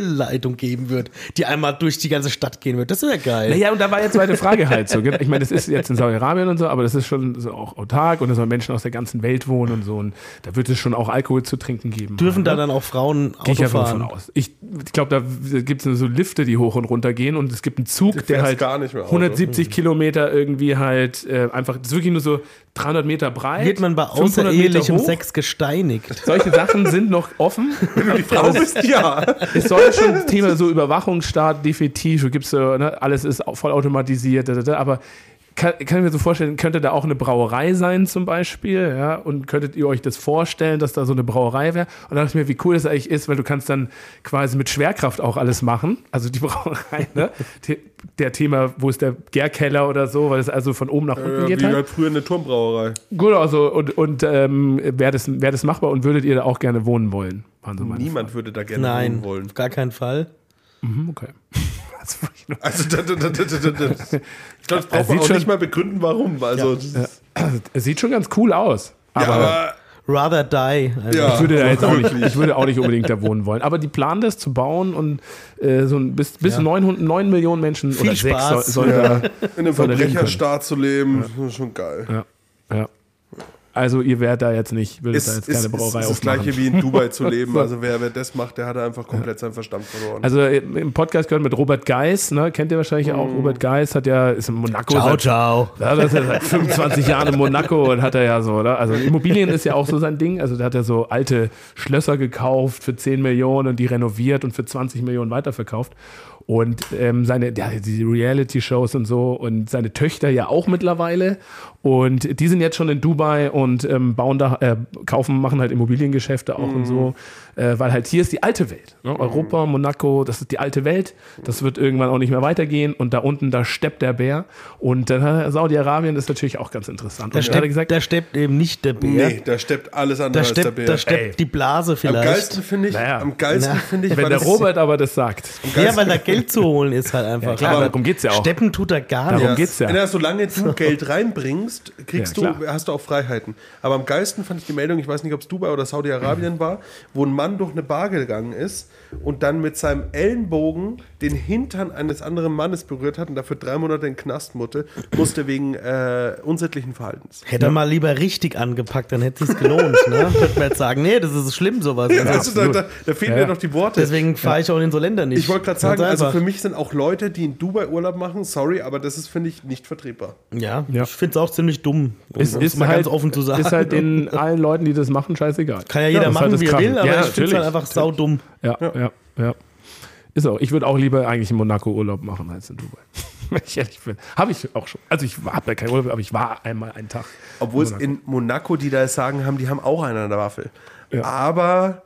C: Bierleitung geben wird, die einmal durch die ganze Stadt gehen wird. Das wäre geil.
B: Naja, Äh, und da war jetzt meine Frage halt so. gell? Ich meine, das ist jetzt in Saudi-Arabien und so, aber das ist schon so auch autark und da sollen Menschen aus der ganzen Welt wohnen und so. Und da wird es schon auch Alkohol zu trinken geben.
C: Dürfen da dann auch Frauen Auto
B: ne? Gehe ich einfach
C: fahren?
B: davon aus. Ich, ich glaube, da gibt es so Lifte, die hoch und runter gehen und es gibt einen Zug,
D: Du
B: der
D: fährst
B: halt
D: gar nicht mehr Auto. Hm.
B: 170 Kilometer irgendwie halt äh, einfach, das ist wirklich nur so 300 Meter breit.
C: Wird man bei
B: 500 Meter
C: außerehelichem
B: hoch.
C: Sex gesteinigt?
B: (laughs) Solche Sachen sind noch offen.
D: Wenn du die Frau bist, ja.
B: es soll schon das Thema so Überwachungsstaat definitiv, du gibst so, ne, alles ist au- vollautomatisiert, da, da, da, aber kann, kann ich mir so vorstellen, könnte da auch eine Brauerei sein zum Beispiel, ja, und könntet ihr euch das vorstellen, dass da so eine Brauerei wäre? Und da dachte ich mir, wie cool das eigentlich ist, weil du kannst dann quasi mit Schwerkraft auch alles machen, also die (laughs) Brauerei, ne? The- Der Thema, wo ist der Gärkeller oder so, weil es also von oben nach unten
D: Äh,
B: geht
D: Wie
B: halt.
D: halt früher eine Turmbrauerei.
B: Gut, also und, und ähm, wäre das, wär das machbar und würdet ihr da auch gerne wohnen wollen? Waren so meine
C: Mhm.
D: Niemand würde da gerne
C: Nein,
D: wohnen wollen.
C: auf gar keinen Fall.
B: Fragen. Okay. (laughs) Das war ich nur
D: Also, da, da, da, da, da, da. ich glaube, das braucht
B: sieht
D: man auch
B: schon-
D: nicht mal begründen, warum. Also,
C: Ja.
D: das ist-
B: Es sieht schon ganz cool aus.
D: Ja,
B: Aber
D: aber
C: rather die. Also,
D: Ja.
B: Ich würde da jetzt auch nicht, ich würde auch nicht unbedingt da wohnen wollen. Aber die planen das zu bauen und äh, so ein bis, bis
C: Ja.
B: 900, 9 Millionen Menschen
C: Viel
B: oder sechs soll,
C: Spaß.
B: soll
D: Ja. In einem
B: Soll er leben
D: Verbrecherstaat zu leben, das ist schon geil.
B: da. Ja. Also ihr werdet da jetzt nicht, würdet
D: Ist,
B: da
D: ist,
B: jetzt
D: ist,
B: keine
D: ist
B: Brauerei
D: das
B: aufmachen.
D: gleiche wie in Dubai
B: (laughs)
D: zu leben. Also wer, wer das macht, der hat einfach komplett seinen Verstand verloren.
B: Also äh, im Podcast gehört mit Robert Geis, ne? kennt ihr wahrscheinlich auch. Robert Geis hat ja, ist in Monaco.
C: Oh. Ciao,
B: seit,
C: ciao.
B: Ja, das ist ja seit 25 Jahren in Monaco und hat er ja so, oder? Also Immobilien ist ja auch so sein Ding. Also da hat er so alte Schlösser gekauft für 10 Millionen und die renoviert und für 20 Millionen weiterverkauft. Und ähm, seine, ja, die Reality-Shows und so und seine Töchter ja auch mittlerweile. Und die sind jetzt schon in Dubai und ähm, bauen da, äh, kaufen, machen halt Immobiliengeschäfte auch und so. Äh, weil halt hier ist die alte Welt. Ne? Europa, Monaco, das ist die alte Welt. Das wird irgendwann auch nicht mehr weitergehen. Und da unten, da steppt der Bär. Und dann hat er- Saudi-Arabien ist natürlich auch ganz interessant.
C: Da
B: und hat er
C: steppt,
B: gesagt,
C: da steppt eben nicht der Bär.
D: nee, da steppt alles andere
C: Da
D: als der Bär.
C: steppt, da
B: Ey.
C: steppt die Blase
D: am
C: vielleicht.
D: geilsten finde ich,
B: Naja.
D: am geilsten
C: Na.
D: finde ich,
B: wenn
D: war
B: der
D: das-
B: Robert aber das sagt,
D: am
C: Ja,
D: geilsten-
C: weil da Geld zu holen ist halt einfach.
B: klar,
C: Aber
B: darum geht's ja auch.
C: Steppen tut er gar
B: Darum
C: nicht.
B: geht's ja.
D: Na,
B: (laughs)
D: solange du Geld reinbringst, kriegst
B: Ja,
D: du,
B: klar.
D: hast du auch Freiheiten. Aber am geilsten fand ich die Meldung, ich weiß nicht, ob es Dubai oder
B: Mhm.
D: Saudi-Arabien war, wo ein Mann durch eine Bar gegangen ist und dann mit seinem Ellenbogen den Hintern eines anderen Mannes berührt hat und dafür drei Monate in den Knast musste, musste wegen äh, unsittlichen Verhaltens.
B: ne?
C: Hätte er mal lieber richtig angepackt, dann hätte es sich gelohnt.
B: (laughs)
C: ne? Könnte man jetzt sagen, nee, das ist schlimm, sowas. Also,
D: weißt du, da, da, da fehlen
B: Ja,
D: mir
B: ja.
D: doch die Worte.
C: Deswegen fahre ich auch in so Länder nicht.
D: ich wollte gerade
C: Ganz
D: sagen, also
C: einfach.
D: für mich sind auch Leute, die in Dubai Urlaub machen, sorry, aber das ist, finde ich, nicht vertretbar.
C: Ja,
B: Ja.
C: ich finde es auch ziemlich dumm. um
B: ist,
C: es
B: ist,
C: mal
B: halt,
C: ganz offen zu sagen.
B: ist halt den allen Leuten, die das machen, scheißegal.
C: Kann ja jeder
B: das ist
C: machen,
B: halt das
C: wie er
B: Krasse.
C: will, aber
B: ja,
C: ich finde es
B: natürlich.
C: halt einfach saudumm.
B: Ja, ja, ja. Ist auch. Ich würde auch lieber eigentlich in Monaco Urlaub machen als in Dubai. (laughs) Wenn ich ehrlich bin. Habe ich auch schon. Also ich habe ja keinen Urlaub, aber ich war einmal einen Tag.
D: Obwohl es in Monaco, die da es sagen haben, die haben auch einen an der Waffel.
B: Ja.
D: Aber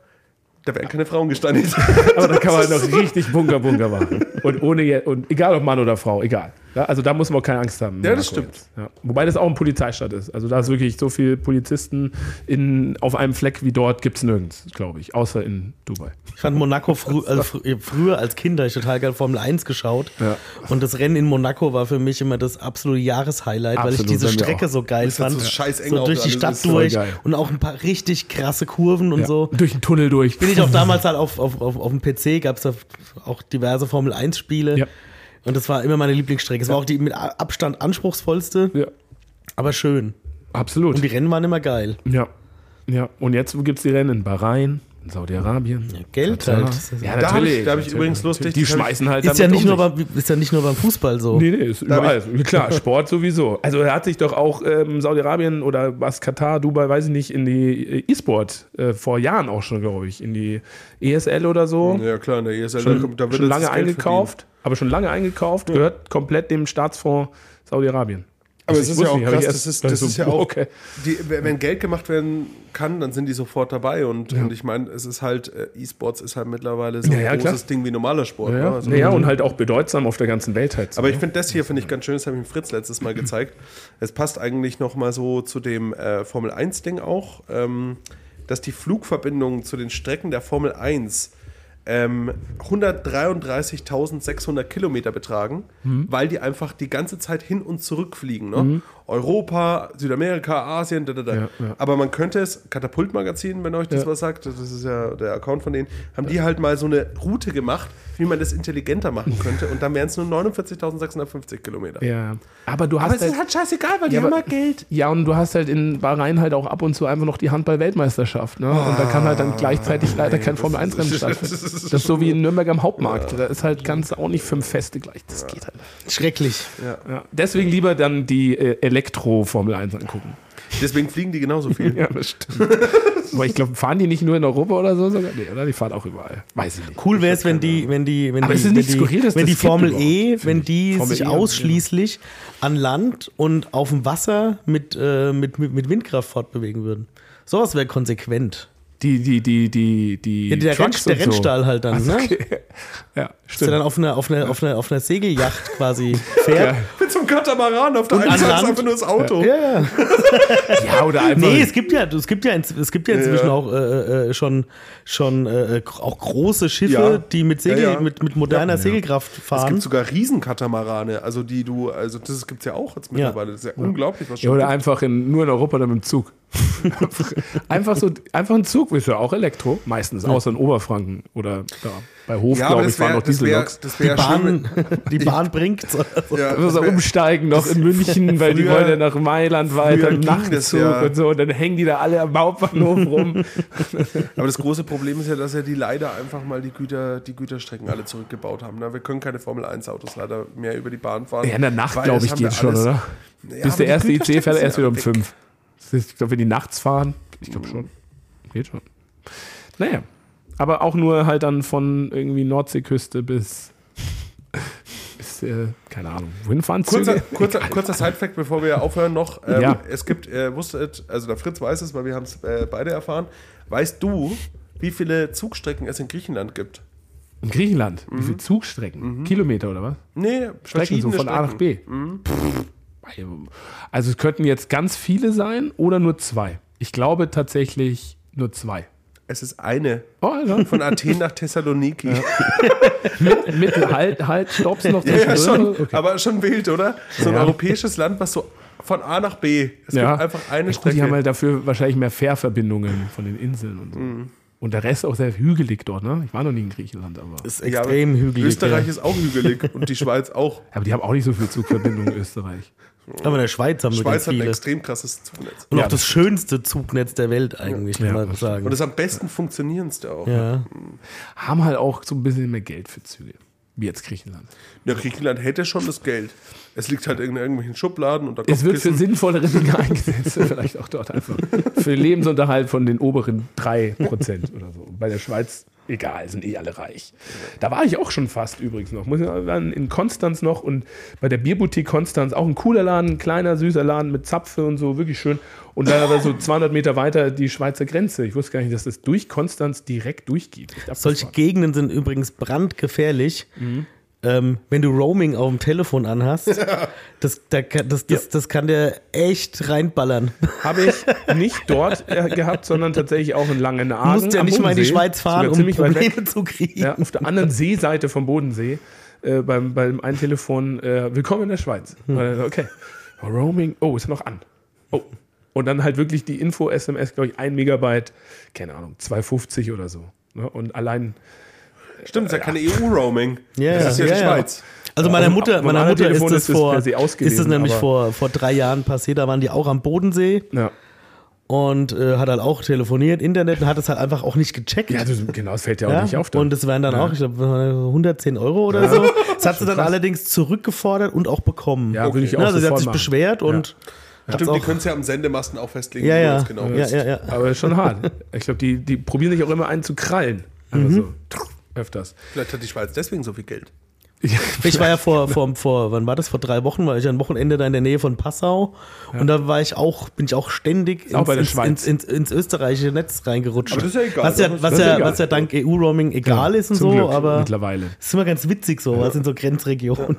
D: da werden keine Frauen
B: (laughs)
D: gesteinigt.
B: Aber da kann man noch richtig Bunker Bunker machen. Und ohne je- und egal ob Mann oder Frau, egal. Ja, also da muss man auch keine Angst haben. in
D: Ja, das
B: Monaco
D: stimmt.
B: jetzt. Ja. Wobei das auch ein Polizeistaat ist. Also da ist wirklich so viel Polizisten in, auf einem Fleck wie dort gibt es nirgends, glaube ich. Außer in Dubai.
C: Ich fand Monaco frü also fr früher als Kinder, ich hab total gerne Formel 1 geschaut.
B: Ja.
C: Und das Rennen in Monaco war für mich immer das absolute Jahreshighlight, weil ich
B: Absolut,
C: diese
B: bei mir
C: Strecke
B: auch.
C: so geil
D: halt
C: fand.
D: so scheiß eng
C: so
D: auch
C: durch die
D: alles,
C: Stadt
D: ist voll
C: durch
B: geil.
C: und auch ein paar richtig krasse Kurven und
B: Ja.
C: so.
B: Durch den Tunnel durch.
C: Bin
B: (laughs)
C: ich auch damals halt auf, auf, auf, auf dem PC, gab es da auch diverse Formel 1-Spiele.
B: Ja.
C: Und das war immer meine Lieblingsstrecke. Es war auch die mit A- Abstand anspruchsvollste,
B: Ja,
C: aber schön.
B: absolut.
C: Und die Rennen waren immer geil.
B: Ja. Ja, und jetzt gibt es die Rennen in Bahrain, in Saudi-Arabien. Ja,
C: Geld halt.
B: Ja,
D: Da hab ich-
B: natürlich.
D: da hab ich übrigens lustig-
B: lustig. Die
D: das hab ich-
B: schmeißen halt
C: Ist ja,
B: damit
C: nicht
B: um
C: nur
B: sich.
C: beim, ist ja nicht nur beim Fußball so.
B: Nee, nee, ist
D: hab
B: überall.
C: (laughs)
B: Klar, Sport sowieso. Also er hat sich doch auch ähm, Saudi-Arabien oder was, Katar, Dubai, weiß ich nicht, in die E-Sport äh, vor Jahren auch schon, glaube ich, in die ESL oder so.
D: Ja klar, ne, in der ESL, da
B: schon,
D: kommt- da wird
B: schon
D: jetzt
B: lange
D: das Geld
B: eingekauft, aber schon lange eingekauft, gehört komplett dem Staatsfonds Saudi-Arabien.
D: Aber
B: Also
D: es
B: ich
D: ist ja
B: wusste
D: auch
B: nicht, hab
D: krass,
B: ich
D: das
B: erst-
D: ist,
B: also
D: das ist ja
B: so,
D: auch,
B: okay.
D: die, wenn Geld gemacht werden kann, dann sind die sofort dabei und, und ich meine, es ist halt, äh, E-Sports ist halt mittlerweile so
B: Ja,
D: ein
B: ja,
D: großes
B: klar.
D: Ding wie normaler Sport.
B: Ja,
D: ne?
B: ja.
D: Also-
B: naja, und halt auch bedeutsam auf der ganzen Welt halt. So.
D: Aber ich finde das hier, finde ich ganz schön, das habe ich dem Fritz letztes Mal gezeigt. Es passt eigentlich nochmal so zu dem äh, Formel 1-Ding auch, ähm, dass die Flugverbindungen zu den Strecken der Formel 1 ähm, 133.600 Kilometer betragen,
B: Mhm.
D: weil die einfach die ganze Zeit hin und zurück fliegen. Ne? Europa, Südamerika, Asien, da, da, da.
B: Ja, ja.
D: Aber man könnte es, Katapultmagazin, wenn euch das
B: Ja.
D: was sagt, das ist ja der Account von denen, haben die halt mal so eine Route gemacht, wie man das intelligenter machen könnte. Und dann wären es nur 49.650 Kilometer.
B: ja. aber du hast halt,
D: scheißegal, weil
B: Ja, aber-
D: Geld.
B: Ja, und du hast halt in Bahrain halt auch ab und zu einfach noch die Handball-Weltmeisterschaft. Ne? Und da kann halt dann gleichzeitig leider kein
D: (laughs)
B: Formel-1-Rennen stattfinden. (laughs) Das ist so wie in Nürnberg am Hauptmarkt. Da ist halt ganz auch nicht fünf Feste gleich. Das geht halt. nicht.
C: Schrecklich.
B: Ja. Deswegen lieber dann die äh, Elektro-Formel 1 angucken.
D: Deswegen fliegen die genauso
B: (laughs)
D: viel.
B: Ja, das (laughs) stimmt. Aber ich glaube, fahren die nicht nur in Europa oder so sogar? Nee, oder? Die fahren auch überall. Weiß ich nicht.
C: Cool wäre es, wenn die, wenn die, wenn
B: Aber
C: die,
B: es ist
C: wenn
B: nicht
C: die,
B: skurril, dass
C: wenn
B: das
C: die
B: gibt
C: Formel E,
B: überhaupt,
C: wenn die
B: Formel
C: sich
B: E, ja.
C: ausschließlich an Land und auf dem Wasser mit, äh, mit, mit, mit Windkraft fortbewegen würden. Sowas wäre konsequent.
B: Die, die, die, die, die.
C: Ja, der, Renn,
B: Trucks
C: der
B: und so. (laughs) Also
C: Rennstall halt dann, ne? Dass
B: Ja,
C: du
B: stimmt.
C: dann auf einer auf einer auf einer auf einer Segeljacht
B: (laughs)
C: quasi fährt.
D: Mit so einem Katamaran auf der
C: Und
D: einen
C: an
D: Seite ist
C: Land?
D: einfach nur das Auto.
C: Ja, ja.
B: Ja, oder einfach.
C: (laughs) Nee, es gibt ja, es gibt ja, ins- es gibt ja inzwischen
D: Ja.
C: auch äh, äh, schon schon äh, äh, auch große Schiffe,
D: Ja.
C: die mit Segel
D: Ja, ja.
C: mit mit moderner Segelkraft
D: Es
C: fahren.
D: gibt sogar Riesenkatamarane, also die du, also das gibt es ja auch jetzt mittlerweile. Das ist ja unglaublich, was
B: Ja,
D: schon (laughs)
B: oder einfach in, nur in Europa dann mit dem Zug. einfach so, einfach ein Zugwischer, auch Elektro, meistens, außer in Oberfranken oder da, bei Hof,
D: Ja, aber
B: glaube
D: das
B: ich, waren
D: wäre
B: noch
D: das wär,
B: Dieselloks.
D: das wär schlimm.
C: Bahn,
B: (laughs)
C: die Bahn bringt's. oder so.
D: Ja,
B: Da muss
D: das
B: er
D: wär-
B: umsteigen noch in
D: (laughs)
B: München, weil die
D: früher-
B: wollen ja nach Mailand weiter im
D: ging das
B: Nachtzug
D: ja.
B: und so. Und dann hängen die da alle am Hauptbahnhof
D: (laughs)
B: rum.
D: Aber das große Problem ist ja, dass ja die leider einfach mal die, Güter, die Güterstrecken alle zurückgebaut haben. Ne? Wir können keine Formel-1-Autos leider mehr über die Bahn fahren.
B: Ja, in der Nacht,
D: weil
B: glaube
D: das
B: ich,
D: haben wir
B: geht schon,
D: alles-
B: oder?
D: Ja,
B: Bis
D: aber
B: der
D: die
B: erste IC fährt
D: Güterstrecken
B: erst
D: sind
B: wieder um
D: alle weg. Mhm.
B: fünf. Das ist- Ich glaube, wenn die nachts fahren, ich glaube schon. Geht schon. Naja. Aber auch nur halt dann von irgendwie Nordseeküste bis. (laughs) bis äh, keine Ahnung. Wohin fahren
D: Kurzer,
B: Züge?
D: kurzer, kurzer Side-Fact, bevor wir aufhören noch. Ähm,
B: Ja.
D: Es gibt, äh, wusstet, also der Fritz weiß es, weil wir haben es äh, beide erfahren. Weißt du, wie viele Zugstrecken es in Griechenland gibt?
B: (laughs) In Griechenland. Wie viele Zugstrecken? Kilometer oder was?
D: Nee,
B: Strecken, so
D: Mhm. verschiedene
B: von A nach
D: Strecken. Mhm.
B: B. Also es könnten jetzt ganz viele sein oder nur zwei. Ich glaube tatsächlich nur zwei.
D: Es ist eine.
B: Oh, Alter.
D: Von Athen nach Thessaloniki.
B: Mit halt, halt, Stopps noch
D: (laughs) Ja, ja, schon,
B: Okay.
D: aber schon wild, oder? So ein
B: Ja.
D: europäisches Land, was so von A nach B. Es
B: ja.
D: gibt einfach
B: Ja,
D: eine
B: gut, Die haben
D: Strecke.
B: halt dafür wahrscheinlich mehr Fährverbindungen von den Inseln und so.
D: Mhm.
B: Und der Rest auch sehr hügelig dort, ne? Ich war noch nie in Griechenland, aber.
C: Ist
D: Ja, aber
C: extrem hügelig.
D: Österreich
C: ja.
D: ist auch hügelig und die Schweiz auch.
B: Aber die haben auch nicht so viel Zugverbindung in Österreich.
C: Aber in der Schweiz haben wir ganz
D: Schweiz hat ein
C: viele.
D: extrem krasses Zugnetz.
C: Und
B: Ja,
C: auch das schönste Zugnetz der Welt eigentlich,
B: Ja,
C: kann man
B: das
C: sagen.
D: Und das am besten funktionierendste auch.
C: ja.
B: Haben halt auch so ein bisschen mehr Geld für Züge. Wie jetzt Griechenland.
D: Ja, Griechenland hätte schon das Geld. Es liegt halt in irgendwelchen Schubladen und da
B: Es wird für
D: Kopfkissen.
B: sinnvollere Dinge
C: (laughs)
B: eingesetzt, vielleicht auch dort einfach. Für Lebensunterhalt von den oberen 3% oder so. Bei der Schweiz, egal, sind eh alle reich. Da war ich auch schon fast übrigens noch. Muss ich sagen, In Konstanz noch und bei der Bierboutique Konstanz auch ein cooler Laden, ein kleiner, süßer Laden mit Zapfe und so, wirklich schön. Und dann aber so 200 Meter weiter die Schweizer Grenze. Ich wusste gar nicht, dass das durch Konstanz direkt durchgeht. Ich dachte, das Mhm.
C: Solche
B: war-
C: Gegenden sind übrigens brandgefährlich. Ähm, wenn du Roaming auf dem
B: (laughs)
C: Telefon anhast, das, da, kann- das, das, das kann dir echt reinballern.
B: habe ich nicht dort äh, gehabt, sondern tatsächlich auch in
C: Du (laughs)
B: Langenargen.
C: musst ja
B: am
C: nicht mal in die
B: Bodensee.
C: Schweiz fahren,
B: Sogar
C: um
B: ziemlich weit weg.
C: Probleme zu kriegen.
B: Ja, auf der anderen Seeseite vom Bodensee, äh, beim, beim einen Telefon, äh, willkommen in der Schweiz.
C: Hm.
B: Und dann so, Okay. Roaming, oh, ist noch an. Oh. Und dann halt wirklich die Info-SMS, glaube ich, ein Megabyte, keine Ahnung, 250 oder so. Ne? Und allein
D: Stimmt, es ist ja keine EU-Roaming.
C: Ja,
D: das ist ja,
C: ja,
D: die
C: ja.
D: Schweiz.
C: Also meiner
B: Auf dem-
C: Mutter,
B: auf dem
C: meiner
B: anderen
C: Mutter ist
B: Telefon
C: das
B: ist es
C: vor,
B: per se ausgewählt,
C: ist das nämlich
B: aber-
C: vor, vor drei Jahren passiert. Da waren die auch am Bodensee
B: ja.
C: und äh, hat halt auch telefoniert, Internet und hat es halt einfach auch nicht gecheckt.
B: Ja, also genau, es fällt ja auch
C: Ja,
B: nicht auf. dann.
C: und es wären dann auch, ich glaube, 110 Euro oder so. Das hat sie dann allerdings zurückgefordert und auch bekommen.
B: Ja, würde ich auch
C: Also sie hat
B: sofort
C: sich
B: machen.
C: beschwert und hat's
D: Stimmt, die
C: auch,
D: können es ja am Sendemasten auch festlegen,
C: ja,
D: wo
C: ja,
D: das genau
C: ja,
D: ist.
C: ja, ja.
B: Aber schon hart. Ich glaube, die, die probieren sich auch immer einen zu krallen. Einfach
C: Mhm.
B: so. Öfters.
D: Vielleicht hat die Schweiz deswegen so viel Geld.
C: Ich war ja vor, vor, vor, wann war das? Vor drei Wochen war ich am Wochenende da in der Nähe von Passau und da war ich auch, bin ich auch ständig ins,
B: auch bei der
C: ins,
B: Schweiz.
C: ins, ins, ins österreichische Netz reingerutscht.
D: Aber das ist ja egal,
C: Was ja,
D: das ist-
C: was
B: das ist
C: ja,
B: egal.
C: was ja dank EU-Roaming egal ist und
B: Zum
C: so,
B: Glück,
C: aber es
B: mittlerweile.
C: ist immer ganz witzig so, was in so Grenzregionen.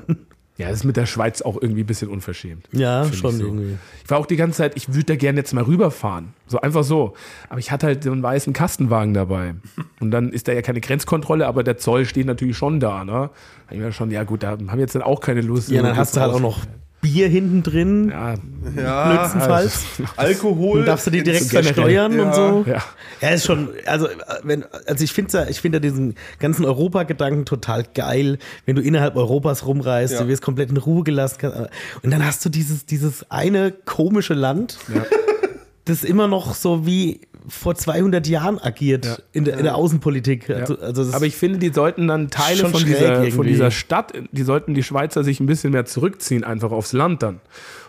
B: Ja, das ist mit der Schweiz auch irgendwie ein bisschen unverschämt.
C: Ja,
B: Finde ich
C: schon
B: so.
C: irgendwie.
B: Ich war auch die ganze Zeit, ich würde da gerne jetzt mal rüberfahren. So einfach so. Aber ich hatte halt so einen weißen Kastenwagen dabei. Und dann ist da ja keine Grenzkontrolle, aber der Zoll steht natürlich schon da, ne? Da ich mir schon, ja gut, da haben wir jetzt dann auch keine Lust.
C: Ja, dann hast du halt auch noch Bier hinten drin,
B: Ja,
D: Ja,
C: blödstenfalls.
D: (laughs) Alkohol.
C: Dann darfst du die
D: in-
C: direkt
B: generell.
C: versteuern
D: Ja.
C: und so.
B: ja.
C: Ja, ist schon, also äh, wenn, also ich finde ja, ich finde ja diesen ganzen Europa-Gedanken total geil, wenn du innerhalb Europas rumreist,
D: Ja.
C: du wirst komplett in Ruhe gelassen. kannst, äh, Und dann hast du dieses, dieses eine komische Land, (laughs) das immer noch so wie vor 200 Jahren agiert
B: Ja.
C: in, der, in der Außenpolitik. (laughs) Also, also das
B: Aber ich finde, die sollten dann Teile
C: Schon
B: von
C: schräg
B: dieser, von
C: irgendwie.
B: dieser Stadt, die sollten die Schweizer sich ein bisschen mehr zurückziehen, einfach aufs Land dann.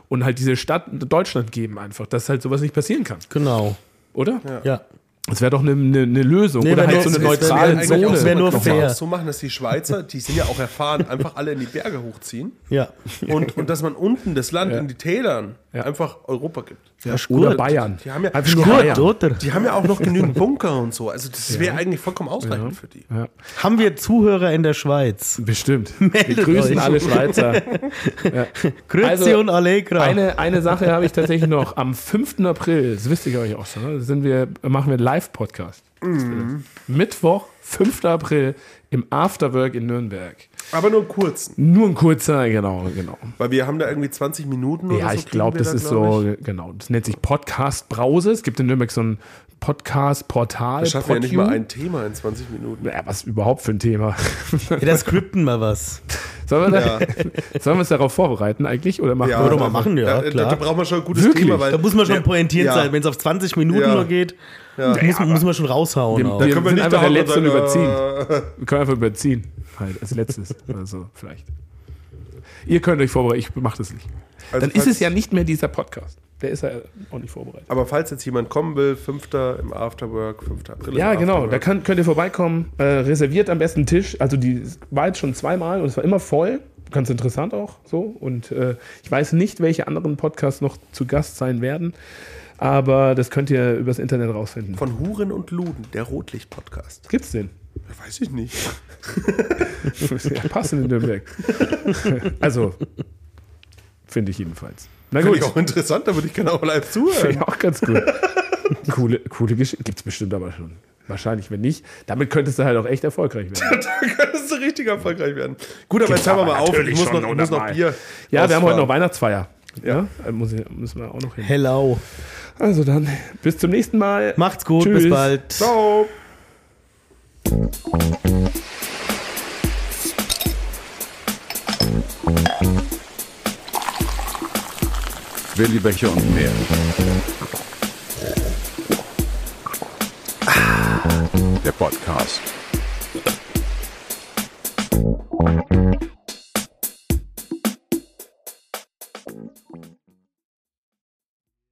B: Und halt diese Stadt Deutschland geben einfach, dass halt sowas nicht passieren kann,
C: genau.
B: oder?
C: Ja.
B: Das wäre doch eine ne, ne Lösung.
C: Nee,
B: Oder
C: wenn
B: halt
C: du-
B: so eine
C: es- es wär
B: neutrale
C: eigentlich auch
B: Zone.
C: so- wär nur
D: man
C: fair.
D: kann es so machen, dass die Schweizer, die sind ja auch erfahren, einfach alle in die Berge
B: (laughs)
D: hochziehen
C: Ja.
D: und, und dass man unten das Land in die Tälern
B: Ja.
D: einfach Europa gibt.
B: Ja, oder Bayern.
D: Die haben ja-
B: Einfach nur
D: Gut,
B: Bayern.
C: oder?
D: Die haben
B: (laughs)
D: ja auch noch genügend Bunker und so. Also das wäre eigentlich vollkommen ausreichend für die.
B: Ja,
C: Haben wir Zuhörer in der Schweiz?
D: (laughs)
B: bestimmt. Wir grüßen
C: euch.
B: alle Schweizer.
C: Grüezi
B: Also,
C: und Allegra.
D: Genau.
B: Eine, eine Sache habe ich tatsächlich noch. Am 5. April, das wisst ihr glaube ich auch schon, ne? sind wir, machen wir einen
D: Mhm.
B: Live-Podcast. Mittwoch, 5. April im Afterwork in Nürnberg.
D: Aber nur einen kurzen.
B: Nur ein kurzer, genau, genau.
D: Weil wir haben da irgendwie 20 Minuten oder
B: Ja,
D: so.
B: ich
D: kriegen
B: glaube,
D: wir
B: das
D: da,
B: ist
D: glaub
B: so, genau. Das nennt sich Podcast Brause. Es gibt in Nürnberg so ein Podcast-Portal.
D: Ich. Da schaffen wir ja nicht
B: PodU.
D: mal ein Thema in 20 Minuten.
B: Ja, was überhaupt für ein Thema?
C: Ja, da skripten mal was.
B: Sollen wir, da, (laughs)
D: Ja.
B: sollen wir uns darauf vorbereiten eigentlich? Oder machen wir
C: doch mal machen, ja,
D: da,
C: klar.
D: Da, da braucht man schon ein gutes
B: Wirklich?
D: Thema, weil
C: Da muss man schon pointiert
D: ja.
C: sein, wenn es auf 20 Minuten
D: Ja.
C: nur geht. muss, man- muss man schon raushauen.
B: Wir-
C: auch.
B: wir-
D: können
B: sind einfach der
D: daheim
B: Letzte und
D: sagen, äh,
B: Wir können einfach überziehen. Halt, als letztes. Also vielleicht. Ihr könnt euch vorbereiten, ich mache das nicht.
D: also
B: Dann ist
D: falls-
B: es ja nicht mehr dieser Podcast. Der ist ja auch nicht vorbereitet.
D: Aber falls jetzt jemand kommen will, 5. im Afterwork, 5. April.
B: Ja,
D: im
B: genau. Da
D: Afterwork.
B: kann, könnt ihr vorbeikommen. Äh, reserviert am besten einen Tisch. Also die es war jetzt schon zweimal und es war immer voll. Ganz interessant auch so. Und äh, ich weiß nicht, welche anderen Podcasts noch zu Gast sein werden. Aber das könnt ihr übers Internet rausfinden.
D: Von Huren und Luden, der Rotlicht-Podcast.
B: Gibt's den?
D: Ja, weiß ich nicht.
B: Ja, passend in Nürnberg. also, finde ich jedenfalls. Na
D: Finde
B: gut,
D: ich auch interessant, da würde ich gerne auch live
B: finde
D: zuhören.
B: ich auch ganz gut. coole, coole Geschichte. Gibt es bestimmt aber schon. Wahrscheinlich, wenn nicht. Damit könntest du halt auch echt erfolgreich werden.
D: (laughs) da könntest du richtig erfolgreich werden. Gut, aber jetzt hören wir
B: aber
D: mal auf. Ich
B: natürlich
D: muss
B: schon
D: noch, ich muss noch
B: hundertmal.
D: Bier.
B: Ja, wir haben heute noch
D: ausfahren.
B: Weihnachtsfeier. Ja, äh, muss ich, müssen wir auch noch hin.
C: Hello.
B: Also dann, bis zum nächsten Mal.
C: Macht's gut,
B: Tschüss.
C: bis bald.
D: Ciao.
A: Willi Becher und mehr. Der Podcast.